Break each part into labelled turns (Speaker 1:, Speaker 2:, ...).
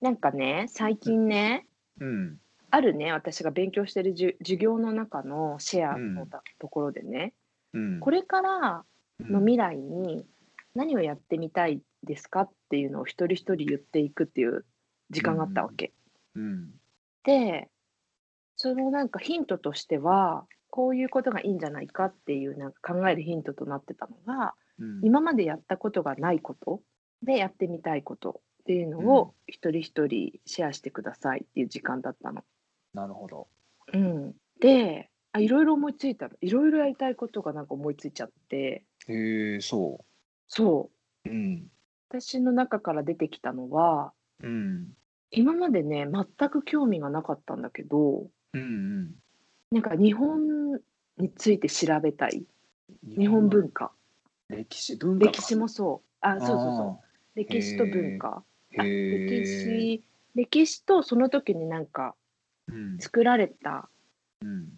Speaker 1: なんかね、最近ね、
Speaker 2: うん。
Speaker 1: あるね、私が勉強してるじゅ授業の中のシェアのたところでね、
Speaker 2: うん。
Speaker 1: これから
Speaker 2: うん
Speaker 1: の未来に何をやってみたいですかっていうのを一人一人言っていくっていう時間があったわけ。
Speaker 2: うん。
Speaker 1: で、そのなんかヒントとしては、こういうことがいいんじゃないかっていうなんか考えるヒントとなってたのが、
Speaker 2: うん。
Speaker 1: 今までやったことがないことでやってみたいことっていうの
Speaker 2: うん
Speaker 1: を一人一人シェアしてくださいっていう時間だったの。
Speaker 2: なるほど。
Speaker 1: うん、であいろいろ思いついたのいろいろやりたいことがなんか思いついちゃって
Speaker 2: へえ、そ
Speaker 1: そう
Speaker 2: う。うん。
Speaker 1: 私の中から出てきたのは
Speaker 2: うん。
Speaker 1: 今までね全く興味がなかったんだけど
Speaker 2: うん。
Speaker 1: なんか日本について調べたい
Speaker 2: うん。
Speaker 1: 日本文化
Speaker 2: 歴史文化か。
Speaker 1: 歴史もそうあそうそうそう歴史と文化
Speaker 2: あー。
Speaker 1: あ
Speaker 2: へえ。
Speaker 1: 歴。史歴史とその時になんか
Speaker 2: うん。
Speaker 1: 作られた
Speaker 2: うん。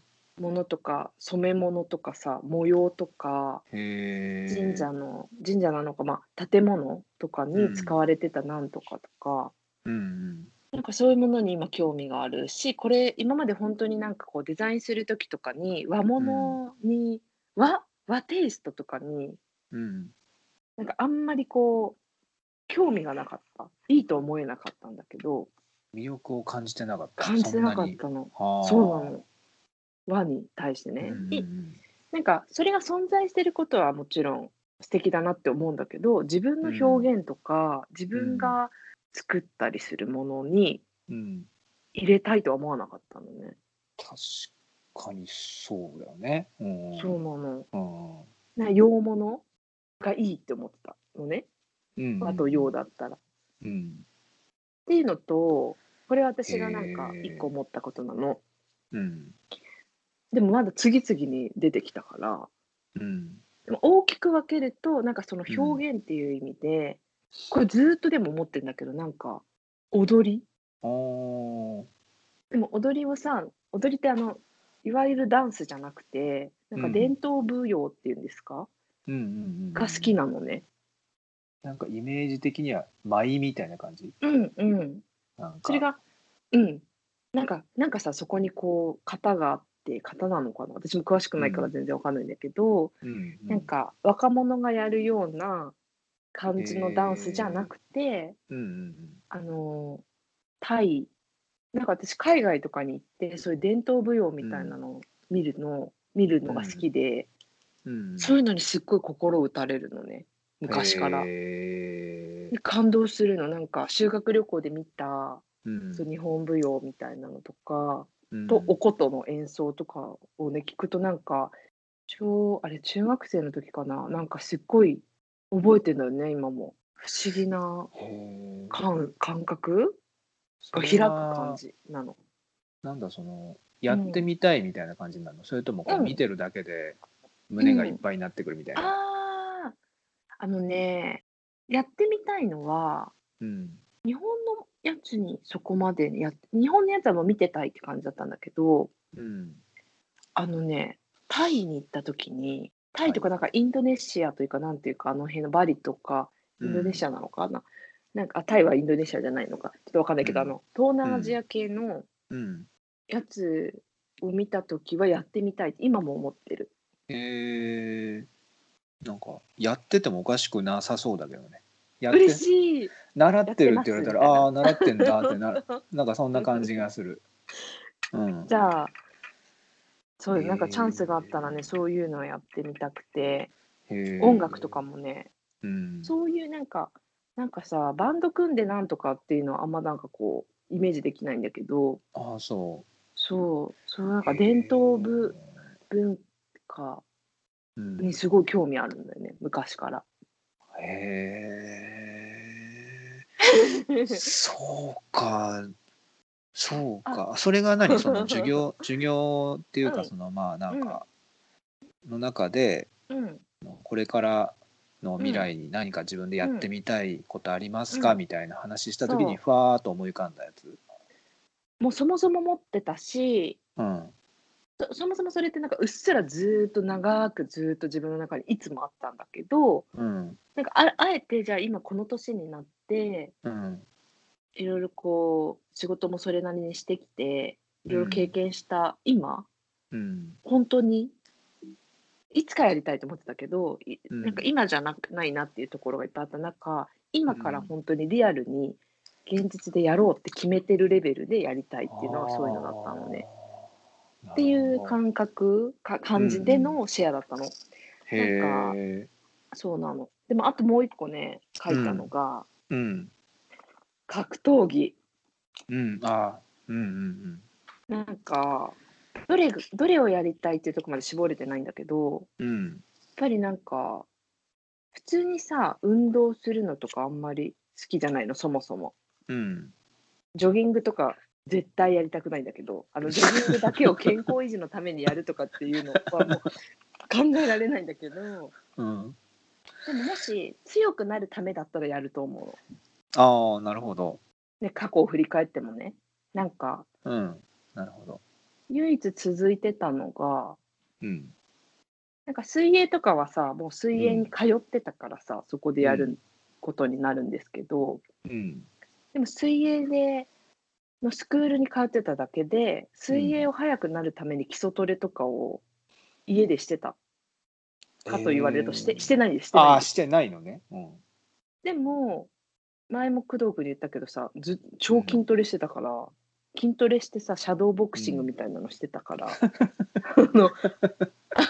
Speaker 1: ものとか染め物とかさ模様とか
Speaker 2: へえ。
Speaker 1: 神社。の神社なのか、まあ、建物とか
Speaker 2: うん
Speaker 1: に使われてたなんとかとか、
Speaker 2: うん。
Speaker 1: なんかそういうものに今興味があるしこれ今まで本当になんかこうデザインする時とかに和物に、和和テイストとかに
Speaker 2: うん。
Speaker 1: なんかあんまりこう興味がなかったいいと思えなかったんだけど
Speaker 2: 魅力を感じてなかった。
Speaker 1: 感じてなかっ
Speaker 2: そんに。
Speaker 1: たの
Speaker 2: はあ。
Speaker 1: そうなの和に対してね、
Speaker 2: うん。
Speaker 1: で
Speaker 2: うん
Speaker 1: なんかそれが存在してることはもちろん素敵だなって思うんだけど自分の表現とか、自分が作ったりするものに
Speaker 2: うん。
Speaker 1: 入れたいとは思わなかったのね。
Speaker 2: 確かにそうだよね。うん。
Speaker 1: そうなの。
Speaker 2: うん。
Speaker 1: な洋物がいいって思ってたのね。
Speaker 2: うん。
Speaker 1: あと洋だったら。っ
Speaker 2: うん。
Speaker 1: ていうのとこれ私がなんか
Speaker 2: へー
Speaker 1: 一個思ったことなの。
Speaker 2: うん。
Speaker 1: でもまだ次々に出てきたから
Speaker 2: うん。
Speaker 1: でも大きく分けるとなんかその表現っていう意味で、これずっとでも思ってんだけどなんか踊り
Speaker 2: おー。
Speaker 1: でも踊りをさ踊りってあのいわゆるダンスじゃなくてなんか
Speaker 2: うん
Speaker 1: 伝統舞踊っていうんですか、
Speaker 2: うんうんうんうん。
Speaker 1: が好きなのね。
Speaker 2: なんかイメージ的には舞みたいな感じ
Speaker 1: うんうん、
Speaker 2: なんか
Speaker 1: それがうんなんかなんかさそこにこう型があって型なのかな私も詳しくないから全然わかんないんだけど、
Speaker 2: うんうん、
Speaker 1: なんか若者がやるような感じのダンスじゃなくて、
Speaker 2: うんうん
Speaker 1: あのータイなんか私海外とかに行ってそういう伝統舞踊みたいなのを見るの、見るのが好きで。
Speaker 2: うん、うん、
Speaker 1: そういうのにすっごい心打たれるのね昔から。
Speaker 2: へ
Speaker 1: で
Speaker 2: ー
Speaker 1: 感動するのなんか修学旅行で見た、
Speaker 2: うん
Speaker 1: そう日本舞踊みたいなのとか、
Speaker 2: うん
Speaker 1: とお琴の演奏とかをね聞くとなんか超あれ中学生の時かななんかすっごい覚えてんだよね今も不思議な
Speaker 2: へー
Speaker 1: 感感覚が
Speaker 2: それ
Speaker 1: 開く
Speaker 2: は
Speaker 1: 感じなの。
Speaker 2: なんだそのやってみたいみたいな感じなの、それともこう
Speaker 1: うん
Speaker 2: 見てるだけで胸がいっぱいになってくるみたいな、
Speaker 1: あーあのねやってみたいのは
Speaker 2: うん
Speaker 1: 日本のやつにそこまでやっ日本のやつはもう見てたいって感じだったんだけど
Speaker 2: うん
Speaker 1: あのねタイに行った時にタイとかなんかインドネシアというかなんていうかあの辺のバリとかインドネシアなのかな,、なんかあタイはインドネシアじゃないのかちょっとわかんないけど、
Speaker 2: う
Speaker 1: あ
Speaker 2: ん
Speaker 1: の東南アジア系の
Speaker 2: うん
Speaker 1: やつを見た時はやってみたいって今も思ってる
Speaker 2: へえなんかやっててもおかしくなさそうだけどねやって
Speaker 1: 嬉しい
Speaker 2: 習ってるって言われたらあ
Speaker 1: や
Speaker 2: あー習ってんだっ てなるなんかそんな感じがする、うん、
Speaker 1: じゃあそうですなん
Speaker 2: へ
Speaker 1: か
Speaker 2: ー
Speaker 1: チャンスがあったらねそういうのをやってみたくて音
Speaker 2: 音
Speaker 1: 楽とか、もね
Speaker 2: うん、
Speaker 1: そういうなんか、なんかさ、バンド組んでなんとかっていうのはあんまなんかこう、イメージできないんだけど、
Speaker 2: ああそ
Speaker 1: そう、そのなん
Speaker 2: う
Speaker 1: か伝統部、文化
Speaker 2: うん、
Speaker 1: にすごい興味あるんだよね、昔から。
Speaker 2: へ えそうかそうかそれが何そ の授業授業っていう
Speaker 1: う
Speaker 2: か
Speaker 1: ん
Speaker 2: そのまあなんか、の中で
Speaker 1: うん、
Speaker 2: これからの未来に何か自分でやってみたいことありますか、
Speaker 1: うん
Speaker 2: みたいな話した時に
Speaker 1: そ
Speaker 2: ふわーっと思い浮かんだやつ、
Speaker 1: もうそもそも持ってたし、
Speaker 2: うん、
Speaker 1: そそもそもそれってなんかうっすらずーっと長くずーっと自分の中にいつもあったんだけど、
Speaker 2: うん
Speaker 1: なんかああえてじゃあ今この年になって、
Speaker 2: うん
Speaker 1: いろいろこう仕事もそれなりにしてきていろいろ
Speaker 2: うん
Speaker 1: 経験した今
Speaker 2: うん。
Speaker 1: 本当にいつかやりたいと思ってたけど、い
Speaker 2: うん
Speaker 1: なんか今じゃなくないなっていうところがいっぱいあった中今から
Speaker 2: うん
Speaker 1: 本当にリアルに現実でやろうって決めてるレベルでやりたいっていうのはそういうのだったのね。
Speaker 2: あー。
Speaker 1: っていう感覚か感じでのシェアだったの。
Speaker 2: じへえ。
Speaker 1: そうなの。でもあともう一個ね書いたのが、
Speaker 2: うん。
Speaker 1: 格闘技
Speaker 2: うん。ああ。うんうん
Speaker 1: なんかどれがどれをやりたいっていうところまで絞れてないんだけど
Speaker 2: うん。うん。
Speaker 1: やっぱりなんか普通にさ運動するのとかあんまり好きじゃないのそもそも。
Speaker 2: うん。
Speaker 1: ジョギングとか絶対やりたくないんだけどあのジョギングだけを健康維持のためにやるとかっていうのはもう考えられないんだけど
Speaker 2: うん。
Speaker 1: でももし強くなるためだったらやると思うの。
Speaker 2: ああ、なるほど。
Speaker 1: ね過去を振り返ってもねなんか
Speaker 2: うん。なるほど。
Speaker 1: 唯一続いてたのが
Speaker 2: うん。
Speaker 1: なんか水泳とかはさもう水泳に通ってたからさ、そこでやることになるんですけど、
Speaker 2: うん。
Speaker 1: でも水泳でのスクールに通ってただけで水泳を速くなるために基礎トレとかを家でしてたかと言われるとして,、
Speaker 2: えー
Speaker 1: してないですして
Speaker 2: あ
Speaker 1: ない
Speaker 2: あ、
Speaker 1: です
Speaker 2: してないのね。うん。
Speaker 1: でも前も工藤君に言ったけどさず超筋トレしてたから、筋トレしてさシャドーボクシングみたいなのしてたから、あのあ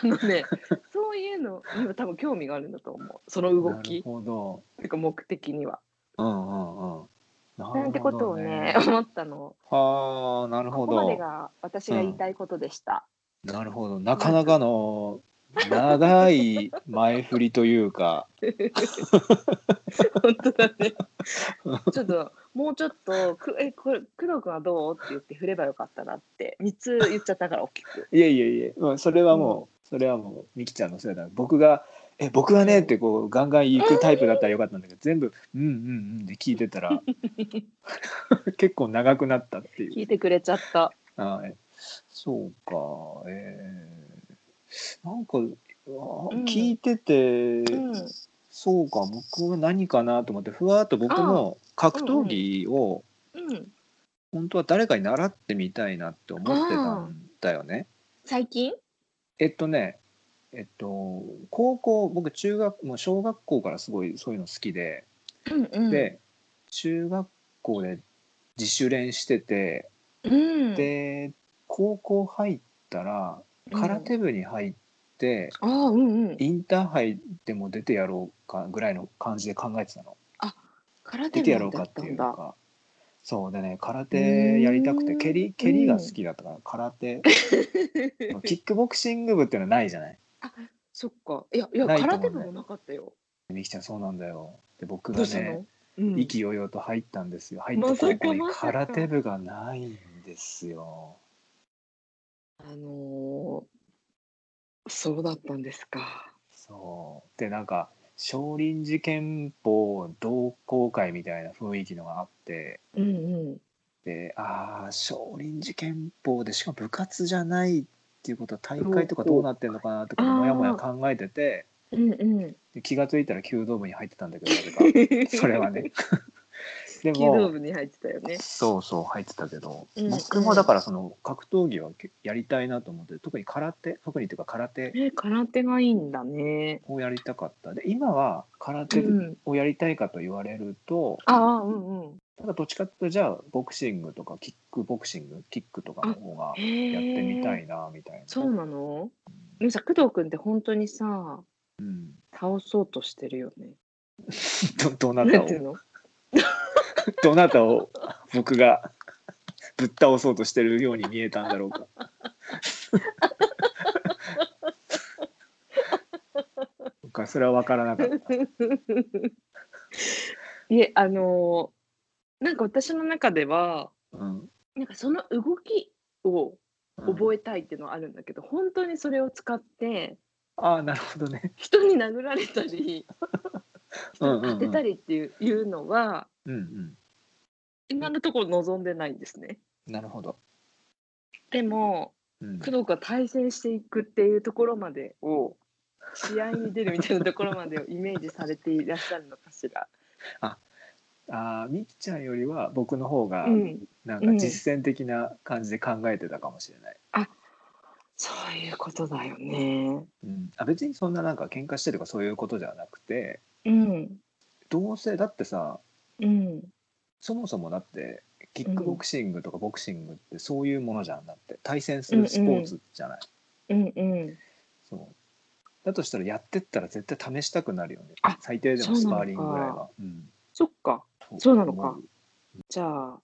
Speaker 1: のねそういうのにも多分興味があるんだと思うその動
Speaker 2: なる
Speaker 1: き
Speaker 2: ほど。
Speaker 1: てか目的には。
Speaker 2: うんうんうん。なるほどね
Speaker 1: なんてことをね思ったの
Speaker 2: はあ、なるほ
Speaker 1: ここまで
Speaker 2: ど。
Speaker 1: が私が言いたいことでした。
Speaker 2: なるほど。なかなかの長い前振りというか。
Speaker 1: 本当だ ねちょっともうちょっとくえこれ工藤君はどうって言って振ればよかったなって3つ言っちゃったから大き く。
Speaker 2: いやいやいや、まあ、それはもう、それはもう、みきちゃんのせいだ。僕が、え、僕はねってこう、ガンガン行くタイプだったらよかったんだけど、全部、うんうんうんって聞いて たら、結構長くなったっていう。
Speaker 1: 聞いてくれちゃった。
Speaker 2: はい。そうか、えー、なんか、あ
Speaker 1: ん
Speaker 2: 聞いてて、
Speaker 1: うん
Speaker 2: そうか、僕は何かなと思って、ふわっと僕も格闘技を、
Speaker 1: うん、
Speaker 2: 本当は誰かに習ってみたいなって思ってたんだよね。
Speaker 1: 最近
Speaker 2: えっとね、えっと、高校、僕、中学、もう小学校からすごいそういうの好きで、
Speaker 1: うんうん、
Speaker 2: で、中学校で自主練してて、
Speaker 1: うん、
Speaker 2: で、高校入ったら、
Speaker 1: うん
Speaker 2: 空手部に入って、
Speaker 1: ああうんうん
Speaker 2: インターハイでも出てやろうかぐらいの感じで考えてたの。
Speaker 1: 空手
Speaker 2: 出
Speaker 1: 部
Speaker 2: てやろうか
Speaker 1: だ
Speaker 2: っ
Speaker 1: ってた
Speaker 2: いうん
Speaker 1: だ
Speaker 2: か。そうでね、空手やりた
Speaker 1: う
Speaker 2: くて、
Speaker 1: ん
Speaker 2: 蹴り、蹴りが好きだったから、空手、キックボクシング部っていうのはないじゃない。
Speaker 1: そっかいやいや
Speaker 2: ないと思
Speaker 1: 空
Speaker 2: うね
Speaker 1: 手部もなかったよ
Speaker 2: みきちゃん、そうなんだよ。で、僕
Speaker 1: ど
Speaker 2: が
Speaker 1: うした
Speaker 2: ね、
Speaker 1: の、うん、
Speaker 2: 意気揚々と入ったんですよ。入っ
Speaker 1: まさ
Speaker 2: た
Speaker 1: か
Speaker 2: 高校に
Speaker 1: まさか
Speaker 2: 空手部がないんですよ。
Speaker 1: あのー、そうだったんですか
Speaker 2: そう。でなんか少林寺拳法同好会みたいな雰囲気のがあって、
Speaker 1: うん
Speaker 2: で、ああ少林寺拳法でしかも部活じゃないっていうことは大会とかどうなってんのかなとか
Speaker 1: 同好
Speaker 2: も
Speaker 1: 会
Speaker 2: やもや考えてて、
Speaker 1: うんうんうん
Speaker 2: で気がついたら弓道部に入ってたんだけど、 なぜかそれはね。 で
Speaker 1: 弓道部に入ってたよね
Speaker 2: そうそう入ってたけど、
Speaker 1: うん
Speaker 2: 僕もだからその格闘技はけやりたいなと思って特に空手特にっていうか空手
Speaker 1: え空手がいいんだね
Speaker 2: をやりたかったで今は空
Speaker 1: う
Speaker 2: 手
Speaker 1: ん
Speaker 2: をやりたいかと言われると、
Speaker 1: ああうんうん
Speaker 2: ただどっちかっていうとじゃあボクシングとかキックボクシングキックとかの方が
Speaker 1: へ
Speaker 2: や
Speaker 1: え
Speaker 2: ってみたいなみたいな、
Speaker 1: そうなのでもさ工藤君って本当にさ
Speaker 2: うん、
Speaker 1: 倒そうとしてるよね
Speaker 2: どどなた
Speaker 1: なん
Speaker 2: を
Speaker 1: ていうの
Speaker 2: どなたを僕がぶっ倒そうとしてるように見えたんだろう か。僕はそれは分からなかった。
Speaker 1: いえあのーなんか私の中では
Speaker 2: うん、
Speaker 1: なんかその動きを覚
Speaker 2: え
Speaker 1: えたいっていうのはあるんだけど、本当にそれを使って
Speaker 2: ああなるほどね。
Speaker 1: 人に殴られたり人に当てたりっていう,、いうのは
Speaker 2: うんうん。
Speaker 1: 今のところ望んでないんですね。
Speaker 2: なるほど。
Speaker 1: でも
Speaker 2: うん、
Speaker 1: 工藤君は対戦していくっていうところまでを 試合に出るみたいなところまでをイメージされていらっしゃるのかしら。
Speaker 2: ああみきちゃんよりは僕の方が
Speaker 1: うん、
Speaker 2: なんか実践的な感じで考えてたかもしれない、
Speaker 1: そういうことだよね。
Speaker 2: うん、あ別にそんななんか喧嘩してとかそういうことじゃなくて
Speaker 1: うん、
Speaker 2: どうせだってさ
Speaker 1: うん、
Speaker 2: そもそもだってキックボクシングとかボクシングってそういうものじゃんだって対戦するスポーツじゃない、
Speaker 1: うん、うん。
Speaker 2: そうだとしたらやってったら絶対試したくなるよね
Speaker 1: あ
Speaker 2: 最低で
Speaker 1: そ
Speaker 2: もス
Speaker 1: うなの
Speaker 2: パ
Speaker 1: か
Speaker 2: ーリングぐらいはうん
Speaker 1: そっか。
Speaker 2: そ
Speaker 1: そうなのか
Speaker 2: 思う
Speaker 1: じゃあ、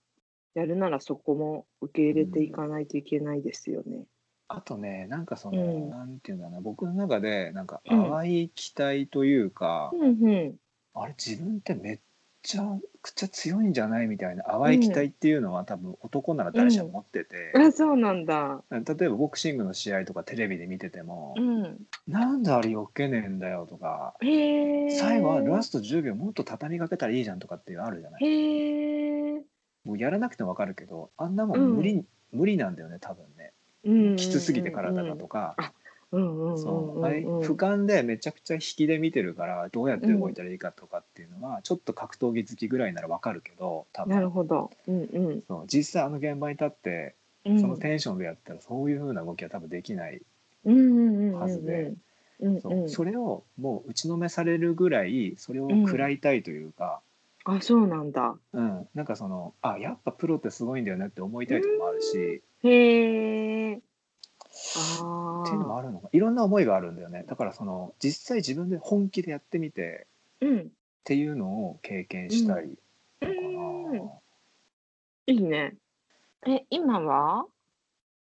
Speaker 1: やるならそこも受け入れていかないといけないですよね。
Speaker 2: あとねなんかその、
Speaker 1: うん
Speaker 2: なんていうんだろうな僕の中でなんか
Speaker 1: うん
Speaker 2: 淡い期待というか、
Speaker 1: うん、うん。
Speaker 2: あれ自分ってめっちゃくちゃ強いんじゃないみたいな淡い期待っていうのは、多分男なら誰しも持ってて、
Speaker 1: あ、そうなんだ。
Speaker 2: 例えばボクシングの試合とかテレビで見てても「
Speaker 1: うん。
Speaker 2: なんであれよけねえんだよ」とか
Speaker 1: へ
Speaker 2: 「
Speaker 1: え。
Speaker 2: 最後はラスト10秒もっと畳みかけたらいいじゃん」とかっていうのあるじゃない
Speaker 1: へえ。
Speaker 2: もうやらなくてもわかるけどあんなもん無理,、無理なんだよね多分ね
Speaker 1: うん。
Speaker 2: きつすぎて体がとか、
Speaker 1: うんうんうんうん。
Speaker 2: そうあれ
Speaker 1: うんうんうん
Speaker 2: 俯瞰でめちゃくちゃ引きで見てるからどうやって動いたらいいかとかっていうのは、ちょっと格闘技好きぐらいならわかるけど多
Speaker 1: なる
Speaker 2: 分
Speaker 1: ほど。うんうん
Speaker 2: そう実際あの現場に立って
Speaker 1: うん。
Speaker 2: そのテンションでやったらそういうふうな動きは多分できない、
Speaker 1: うんうんうんうんうん
Speaker 2: はずで。
Speaker 1: うん
Speaker 2: そう
Speaker 1: うん。
Speaker 2: それをもう打ちのめされるぐらいそれを食らいたいというか、
Speaker 1: あ、そうなんだ。
Speaker 2: うんなんかそのあやっぱプロってすごいんだよねって思いたいとこもあるし、
Speaker 1: へえ。あ
Speaker 2: っていうのも
Speaker 1: あ。
Speaker 2: あるのかいろんな思いがあるんだよねだからその実際自分で本気でやってみて
Speaker 1: うん。
Speaker 2: っていうのを経験したいのか
Speaker 1: うん
Speaker 2: な、
Speaker 1: いいね。え、今は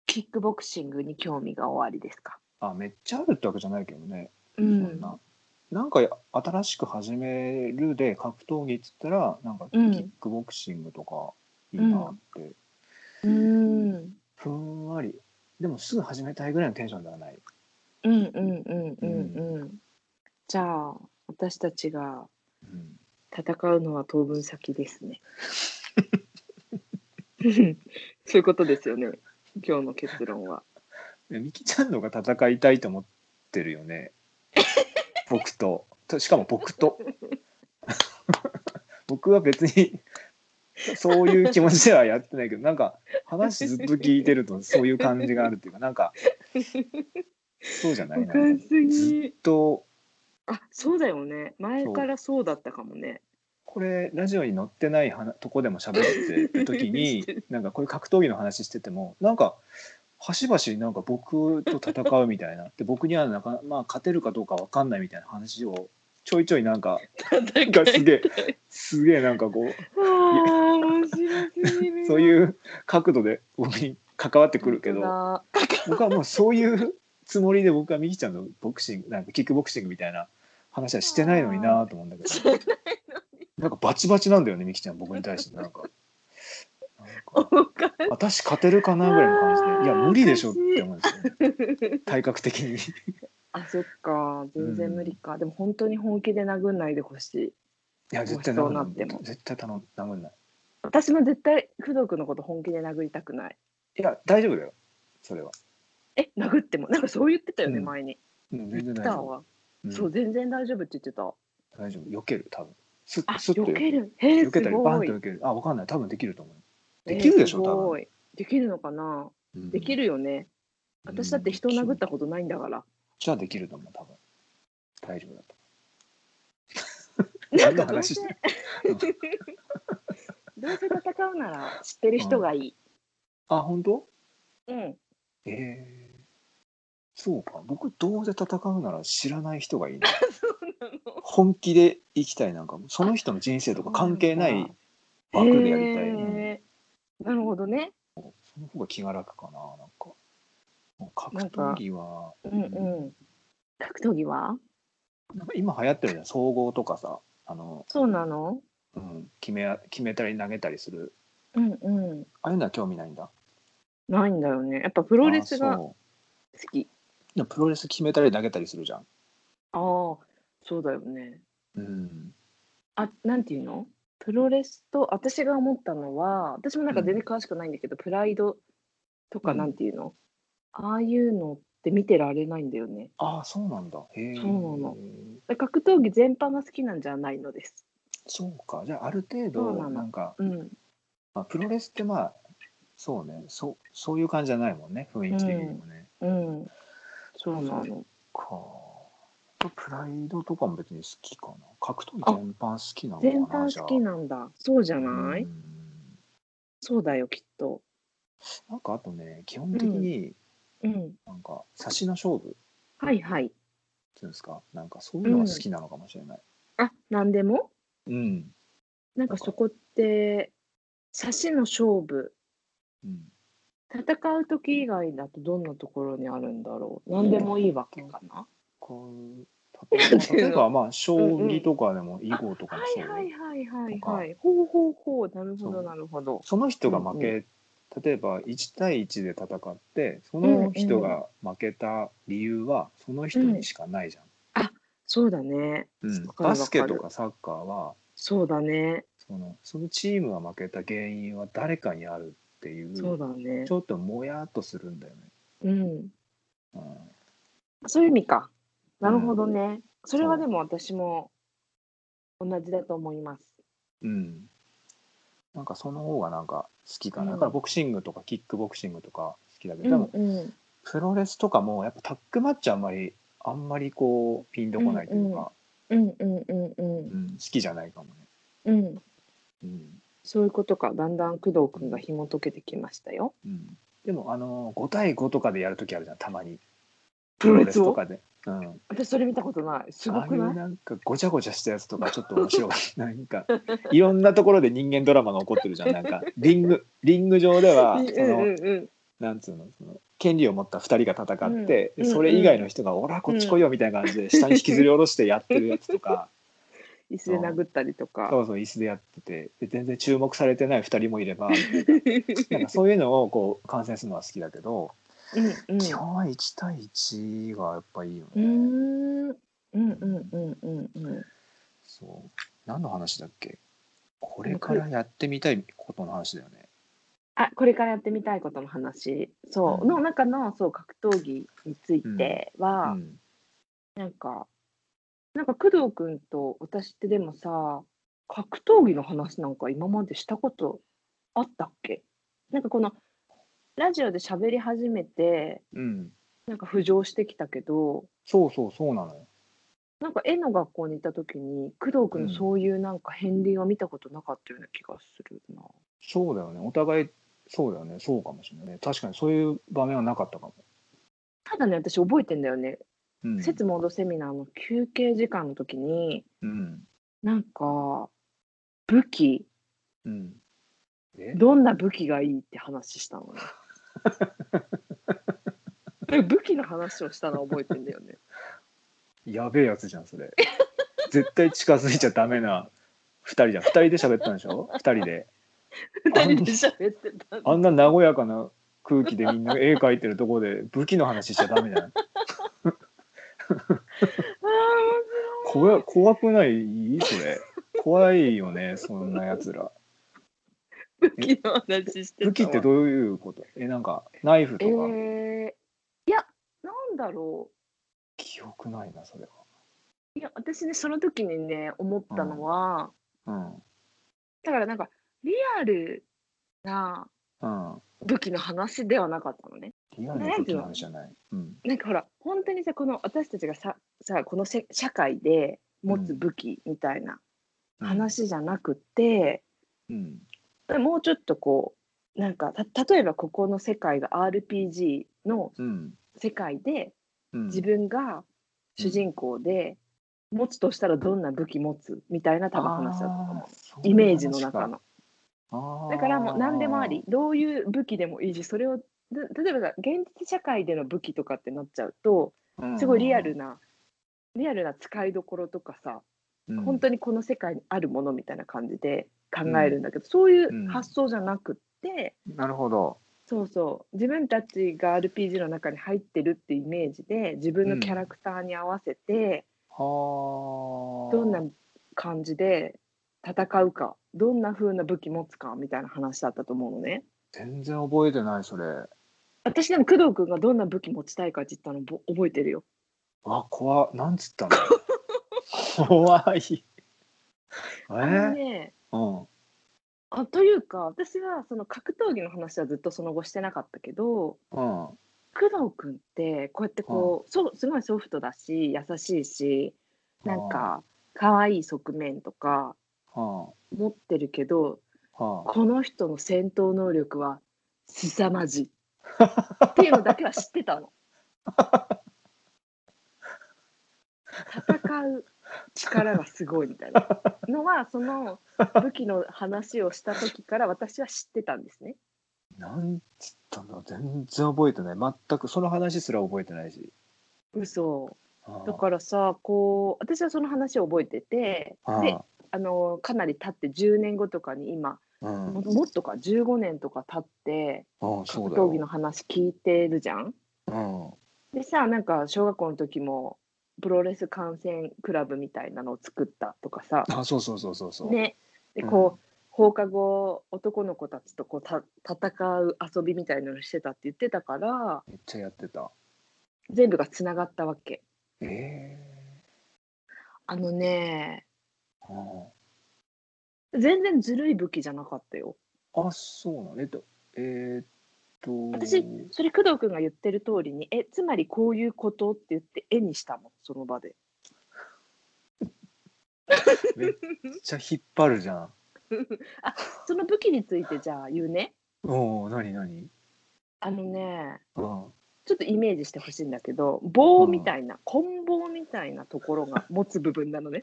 Speaker 1: キックボクシングに興味がおありですか
Speaker 2: あめっちゃあるってわけじゃないけどね、
Speaker 1: う
Speaker 2: そんななんか新しく始めるで格闘技っつったらなんかキ
Speaker 1: うん
Speaker 2: ックボクシングとかいいなって、
Speaker 1: うんうん
Speaker 2: ふんわりでもすぐ始めたいぐらいのテンションではない
Speaker 1: うんうんうんうん。じゃあ、私たちが
Speaker 2: うん
Speaker 1: 戦うのは当分先です ね。そういうことですよね。今日の結論は。
Speaker 2: えみきちゃんのが戦いたいと思ってる よね僕ととしかも僕と 僕は別にそういう気持ちではやってないけどなんか話ずっと聞いてるとそういう感じがあるっていうかな んかそうじゃない
Speaker 1: お
Speaker 2: な
Speaker 1: か
Speaker 2: ず
Speaker 1: し
Speaker 2: ず
Speaker 1: い
Speaker 2: っ。と
Speaker 1: あ、そうだよね。前からそうだったかもね。
Speaker 2: これラジオに載ってない話とこでも喋ってる時になんかこういう格闘技の話しててもなんか端々なんか僕と戦うみたいなで僕にはなんか、まあ、勝てるかどうかわかんないみたいな話をちょいちょいなんかなんかすげえすげえなんかこう
Speaker 1: ああ、面白すぎる。
Speaker 2: そういうう角度で僕に関わってくるけど
Speaker 1: あ
Speaker 2: 僕はもうそういうつもりで僕はみきちゃんのボクシングなんかキックボクシングみたいな話はしてないのになと思うんだけどなんかバチバチなんだよねみきちゃん僕に対してなん か。なんか私勝てるかなぐらいの感じで「いや無理でしょ」って思うんですよ、ね、体格的にい
Speaker 1: あ、そっか。全然無理か。でも本当に本気で殴んないでほしい。
Speaker 2: や絶対
Speaker 1: そう
Speaker 2: 殴
Speaker 1: なんって
Speaker 2: ない
Speaker 1: も
Speaker 2: 絶対頼む殴んない
Speaker 1: 私も絶対工藤君のこと本気で殴りたくない。
Speaker 2: いや大丈夫だよそれは、
Speaker 1: え、殴ってもなんかそう言ってたよね、
Speaker 2: うん
Speaker 1: 前に。
Speaker 2: うん、全然
Speaker 1: ギ
Speaker 2: 大
Speaker 1: ター
Speaker 2: 丈夫、
Speaker 1: は、
Speaker 2: うん
Speaker 1: そう全然大丈夫って言ってた。
Speaker 2: 大丈夫避ける多分ス
Speaker 1: あ、
Speaker 2: ッスッと
Speaker 1: 避け
Speaker 2: 避け
Speaker 1: る。へえ、
Speaker 2: 避けた
Speaker 1: す
Speaker 2: りバンっ
Speaker 1: ご
Speaker 2: て
Speaker 1: い
Speaker 2: 避。けるあわかんない多分できると思う
Speaker 1: えー
Speaker 2: できるでしょ、
Speaker 1: す
Speaker 2: 多
Speaker 1: ご
Speaker 2: 分
Speaker 1: いできるのかな。
Speaker 2: うん
Speaker 1: できるよね。私だって人を殴ったことないんだから。
Speaker 2: じゃあできると思う多分大丈夫だと
Speaker 1: なん
Speaker 2: 何
Speaker 1: か
Speaker 2: の
Speaker 1: どう
Speaker 2: 話
Speaker 1: せ
Speaker 2: して
Speaker 1: どうせ戦うなら知ってる人がいい。
Speaker 2: あ本当
Speaker 1: うん。
Speaker 2: ええそうか僕どうせ戦うなら知らない人が いいな本気で生きたいなんかもその人の人生とか関係ない枠でやりたい、うん
Speaker 1: へーなるほどね。
Speaker 2: その方が気が楽かななんかもう格
Speaker 1: なんか
Speaker 2: 闘技は
Speaker 1: うんうん。格闘技は
Speaker 2: なんか今流行ってるじゃん総合とかさあの、
Speaker 1: そうなの
Speaker 2: うん、決め決めたり投げたりする
Speaker 1: うんうん。
Speaker 2: ああいうのは興味ないんだ
Speaker 1: ないんだよね。やっぱプロレス
Speaker 2: あ
Speaker 1: が好
Speaker 2: そう
Speaker 1: き。
Speaker 2: でもプロレス決めたり投げたりするじゃん、
Speaker 1: ああー、そうだよね。
Speaker 2: うん、
Speaker 1: あ、なんていうのプロレスと私が思ったのは、私もなんか全然詳しくないんだけど、プライドとか
Speaker 2: うん
Speaker 1: なんていうの、ああいうのって見てられないんだよね。
Speaker 2: ああそうなんだへえ
Speaker 1: そうなの格闘技全般が好きなんじゃないのです。
Speaker 2: そうかじゃあある程
Speaker 1: そう
Speaker 2: 度
Speaker 1: なの
Speaker 2: なんか、
Speaker 1: うん
Speaker 2: まあ、プロレスってまあそうねそうそういう感じじゃないもんね雰囲気的にもね。
Speaker 1: うんそうなの
Speaker 2: かプライドとかも別に好きかな格闘技全般好きなのかな
Speaker 1: 全般好きなんだそうじゃない、
Speaker 2: うん
Speaker 1: そうだよきっと
Speaker 2: なんかあとね基本的に
Speaker 1: うん
Speaker 2: なんか差しの勝負
Speaker 1: はいはい
Speaker 2: っていうんですかなんかそういうのが好きなのかもしれない。
Speaker 1: あ何でも
Speaker 2: うん、
Speaker 1: なんかそこって差しの勝負
Speaker 2: うん
Speaker 1: 戦う時以外だとどんなところにあるんだろう何でもいいわけかな、
Speaker 2: こう
Speaker 1: なんていうの
Speaker 2: 例えばまあ将棋とかでも囲碁とかも
Speaker 1: は
Speaker 2: そう
Speaker 1: い
Speaker 2: よ
Speaker 1: はいはいはい
Speaker 2: とか
Speaker 1: はいほうほうほうなるほ
Speaker 2: そ
Speaker 1: ど
Speaker 2: う
Speaker 1: なるほど
Speaker 2: その人が負け、
Speaker 1: う
Speaker 2: 例えば1対1で戦ってその人が負けた理由はその人にしかないじゃん。
Speaker 1: そうだね、
Speaker 2: うん
Speaker 1: わかるわ
Speaker 2: バスケ
Speaker 1: る
Speaker 2: とかサッカーは
Speaker 1: そうだね
Speaker 2: そのそのチームが負けた原因は誰かにあるっていう
Speaker 1: そうだね
Speaker 2: ちょっともやっとするんだよね。
Speaker 1: うん
Speaker 2: うん
Speaker 1: そういう意味かなるほどね、それはでも私も同じだと思います
Speaker 2: うんなんかその方がなんか好きかな、
Speaker 1: うん
Speaker 2: だからボクシングとかキックボクシングとか好きだけど、
Speaker 1: う
Speaker 2: で
Speaker 1: ん
Speaker 2: も
Speaker 1: うん
Speaker 2: プロレスとかもやっぱタックマッチあんまりあんまりこうピンとこないというか、
Speaker 1: うんうんうんうん
Speaker 2: うん好きじゃないかもね。
Speaker 1: うん
Speaker 2: うん
Speaker 1: そういうことかだんだん工藤君が紐解けてきましたよ
Speaker 2: うん、でもあの5対5とかでやるときあるじゃんたまに
Speaker 1: プロレスを
Speaker 2: とかで、うん、
Speaker 1: 私それ見たことないすご
Speaker 2: ああ
Speaker 1: く
Speaker 2: い
Speaker 1: な
Speaker 2: う
Speaker 1: い
Speaker 2: なんかごちゃごちゃしたやつとかちょっと面白い なんかいろんなところで人間ドラマが起こってるじゃんなんかリン グリング上では
Speaker 1: うん
Speaker 2: そ
Speaker 1: うん
Speaker 2: の
Speaker 1: うん
Speaker 2: なんつうのその権利を持った2人が戦って、
Speaker 1: うん
Speaker 2: でそれ以外の人が「オラこっち来いよ」みたいな感じで下に引きずり下ろしてやってるやつ とか、
Speaker 1: 椅子で殴ったりとか
Speaker 2: そうそう椅子でやっててで全然注目されてない2人もいればなんかそういうのをこう観戦するのは好きだけ
Speaker 1: う
Speaker 2: ど。
Speaker 1: んうん
Speaker 2: 基本は1対1がやっぱいいよ
Speaker 1: うー
Speaker 2: ね。
Speaker 1: んうんうんうんうんうん
Speaker 2: そう何の話だっけこれからやってみたいことの話だよね。
Speaker 1: あこれからやってみたいことの話そう、
Speaker 2: うん
Speaker 1: の中のそう格闘技について
Speaker 2: う
Speaker 1: は、
Speaker 2: ん
Speaker 1: なんかなんか工藤君と私ってでもさ格闘技の話なんか今までしたことあったっけなんかこのラジオで喋り始めて
Speaker 2: うん、
Speaker 1: なんか浮上してきたけど
Speaker 2: そうそうそうなのよ。
Speaker 1: なんか絵の学校に行った時に工藤君のそういうなんか片鱗を見たことなかったような気がするな。
Speaker 2: そうだよねお互いそうだよねそうかもしれないね確かにそういう場面はなかったかも。
Speaker 1: ただね私覚えてんだよね
Speaker 2: うん、
Speaker 1: 節モードセミナーの休憩時間の時に
Speaker 2: うん
Speaker 1: なんか武器
Speaker 2: うん、え
Speaker 1: どんな武器がいいって話したのねえ武器の話をしたの覚えてんだよ ね
Speaker 2: やべえやつじゃんそれ。 絶対近づいちゃダメな2人じゃん2人で喋ったんでしょ2人で。あん
Speaker 1: 二人で喋ってたんだ
Speaker 2: あんな和やかな空気でみんな絵描いてるとこで武器の話しちゃダメじゃない怖怖くないそれ怖いよねそんなや つら
Speaker 1: あー武器の話してたわ
Speaker 2: 武器ってどういうことえなんかナイフと
Speaker 1: え
Speaker 2: か、
Speaker 1: ー、いやなんだろ
Speaker 2: 記憶ないなそれ
Speaker 1: ういや私ねその時にね思ったのは、
Speaker 2: は
Speaker 1: だからなんかリアルな
Speaker 2: うんうん
Speaker 1: 武器の話ではなかったのね
Speaker 2: リアルな武器の話じゃないうん
Speaker 1: なんかほら本当にさこの私たちがささこのせ社会で持つ武器みたいな話じゃなくて、
Speaker 2: うん
Speaker 1: もうちょっとこうなんかた例えばここの世界が RPG の
Speaker 2: うん
Speaker 1: 世界で
Speaker 2: うん
Speaker 1: 自分が主人公で持つとしたらどんな武器持つみたいな多分話だったと思
Speaker 2: あーそううい
Speaker 1: イ
Speaker 2: う話か
Speaker 1: メージの中の。
Speaker 2: あー
Speaker 1: だからもう何でもありどういう武器でもいいしそれをた例えばさ現実社会での武器とかってなっちゃうと、すごいリアル、な、リアルな使いどころとかさ、
Speaker 2: うん
Speaker 1: 本当にこの世界にあるものみたいな感じで考えるんだけど、そうい
Speaker 2: うん
Speaker 1: う発想じゃなくって、
Speaker 2: なるほど
Speaker 1: そうそう自分たちが RPG の中に入ってるってイメージで自分のキャラクターに合わせて、
Speaker 2: はあ
Speaker 1: どんな感じで戦うかどんな風な武器持つかみたいな話だったと思うのね。
Speaker 2: 全然覚えてないそれ
Speaker 1: 私でも工藤君がどんな武器持ちたいかって言ったのぼ覚えてるよ。
Speaker 2: わ怖っなんつったの怖いえ
Speaker 1: あの
Speaker 2: ー、
Speaker 1: ね
Speaker 2: うん
Speaker 1: あというか私はその格闘技の話はずっとその後してなかったけど
Speaker 2: うん
Speaker 1: 工藤君ってこうやってこう、そうすごいソフトだし優しいしなんか可愛い側面とか
Speaker 2: うんうん
Speaker 1: 持ってるけどこの人の戦闘能力は凄まじいっていうのだけは知ってたの。戦う力がすごいみたいなのはその武器の話をした時から私は知ってたんですね。
Speaker 2: なんつったの全然覚えてない全くその話すら覚えてないし
Speaker 1: 嘘
Speaker 2: うん
Speaker 1: だからさこう私はその話を覚えててであのかなり経って10年後とかに今
Speaker 2: うん
Speaker 1: ももっとか15年とか経って
Speaker 2: うんそう
Speaker 1: 格
Speaker 2: だ
Speaker 1: 闘技
Speaker 2: よ
Speaker 1: の話聞いてるじゃん
Speaker 2: うん
Speaker 1: でさなんか小学校の時もプロレス観戦クラブみたいなのを作ったとかさ
Speaker 2: あそうそうそうそうそう、
Speaker 1: ねでこう、放課後男の子たちとこうた戦う遊びみたいなのしてたって言ってたから
Speaker 2: めっちゃやってた
Speaker 1: 全部がつながったわけ
Speaker 2: え
Speaker 1: あのね
Speaker 2: えうん
Speaker 1: 全然ずるい武器じゃなかったよ
Speaker 2: あそうなのえっとえーっと
Speaker 1: 私それ工藤君が言ってる通りに「えつまりこういうこと?」って言って絵にしたもんその場で。
Speaker 2: めっちゃ引っ張るじゃん
Speaker 1: その武器についてじゃあ言うね
Speaker 2: おお何何
Speaker 1: あのね
Speaker 2: うん
Speaker 1: ちょっとイメージしてほしいんだけど棒みたいな棍棒みたいなところが持つ部分なのね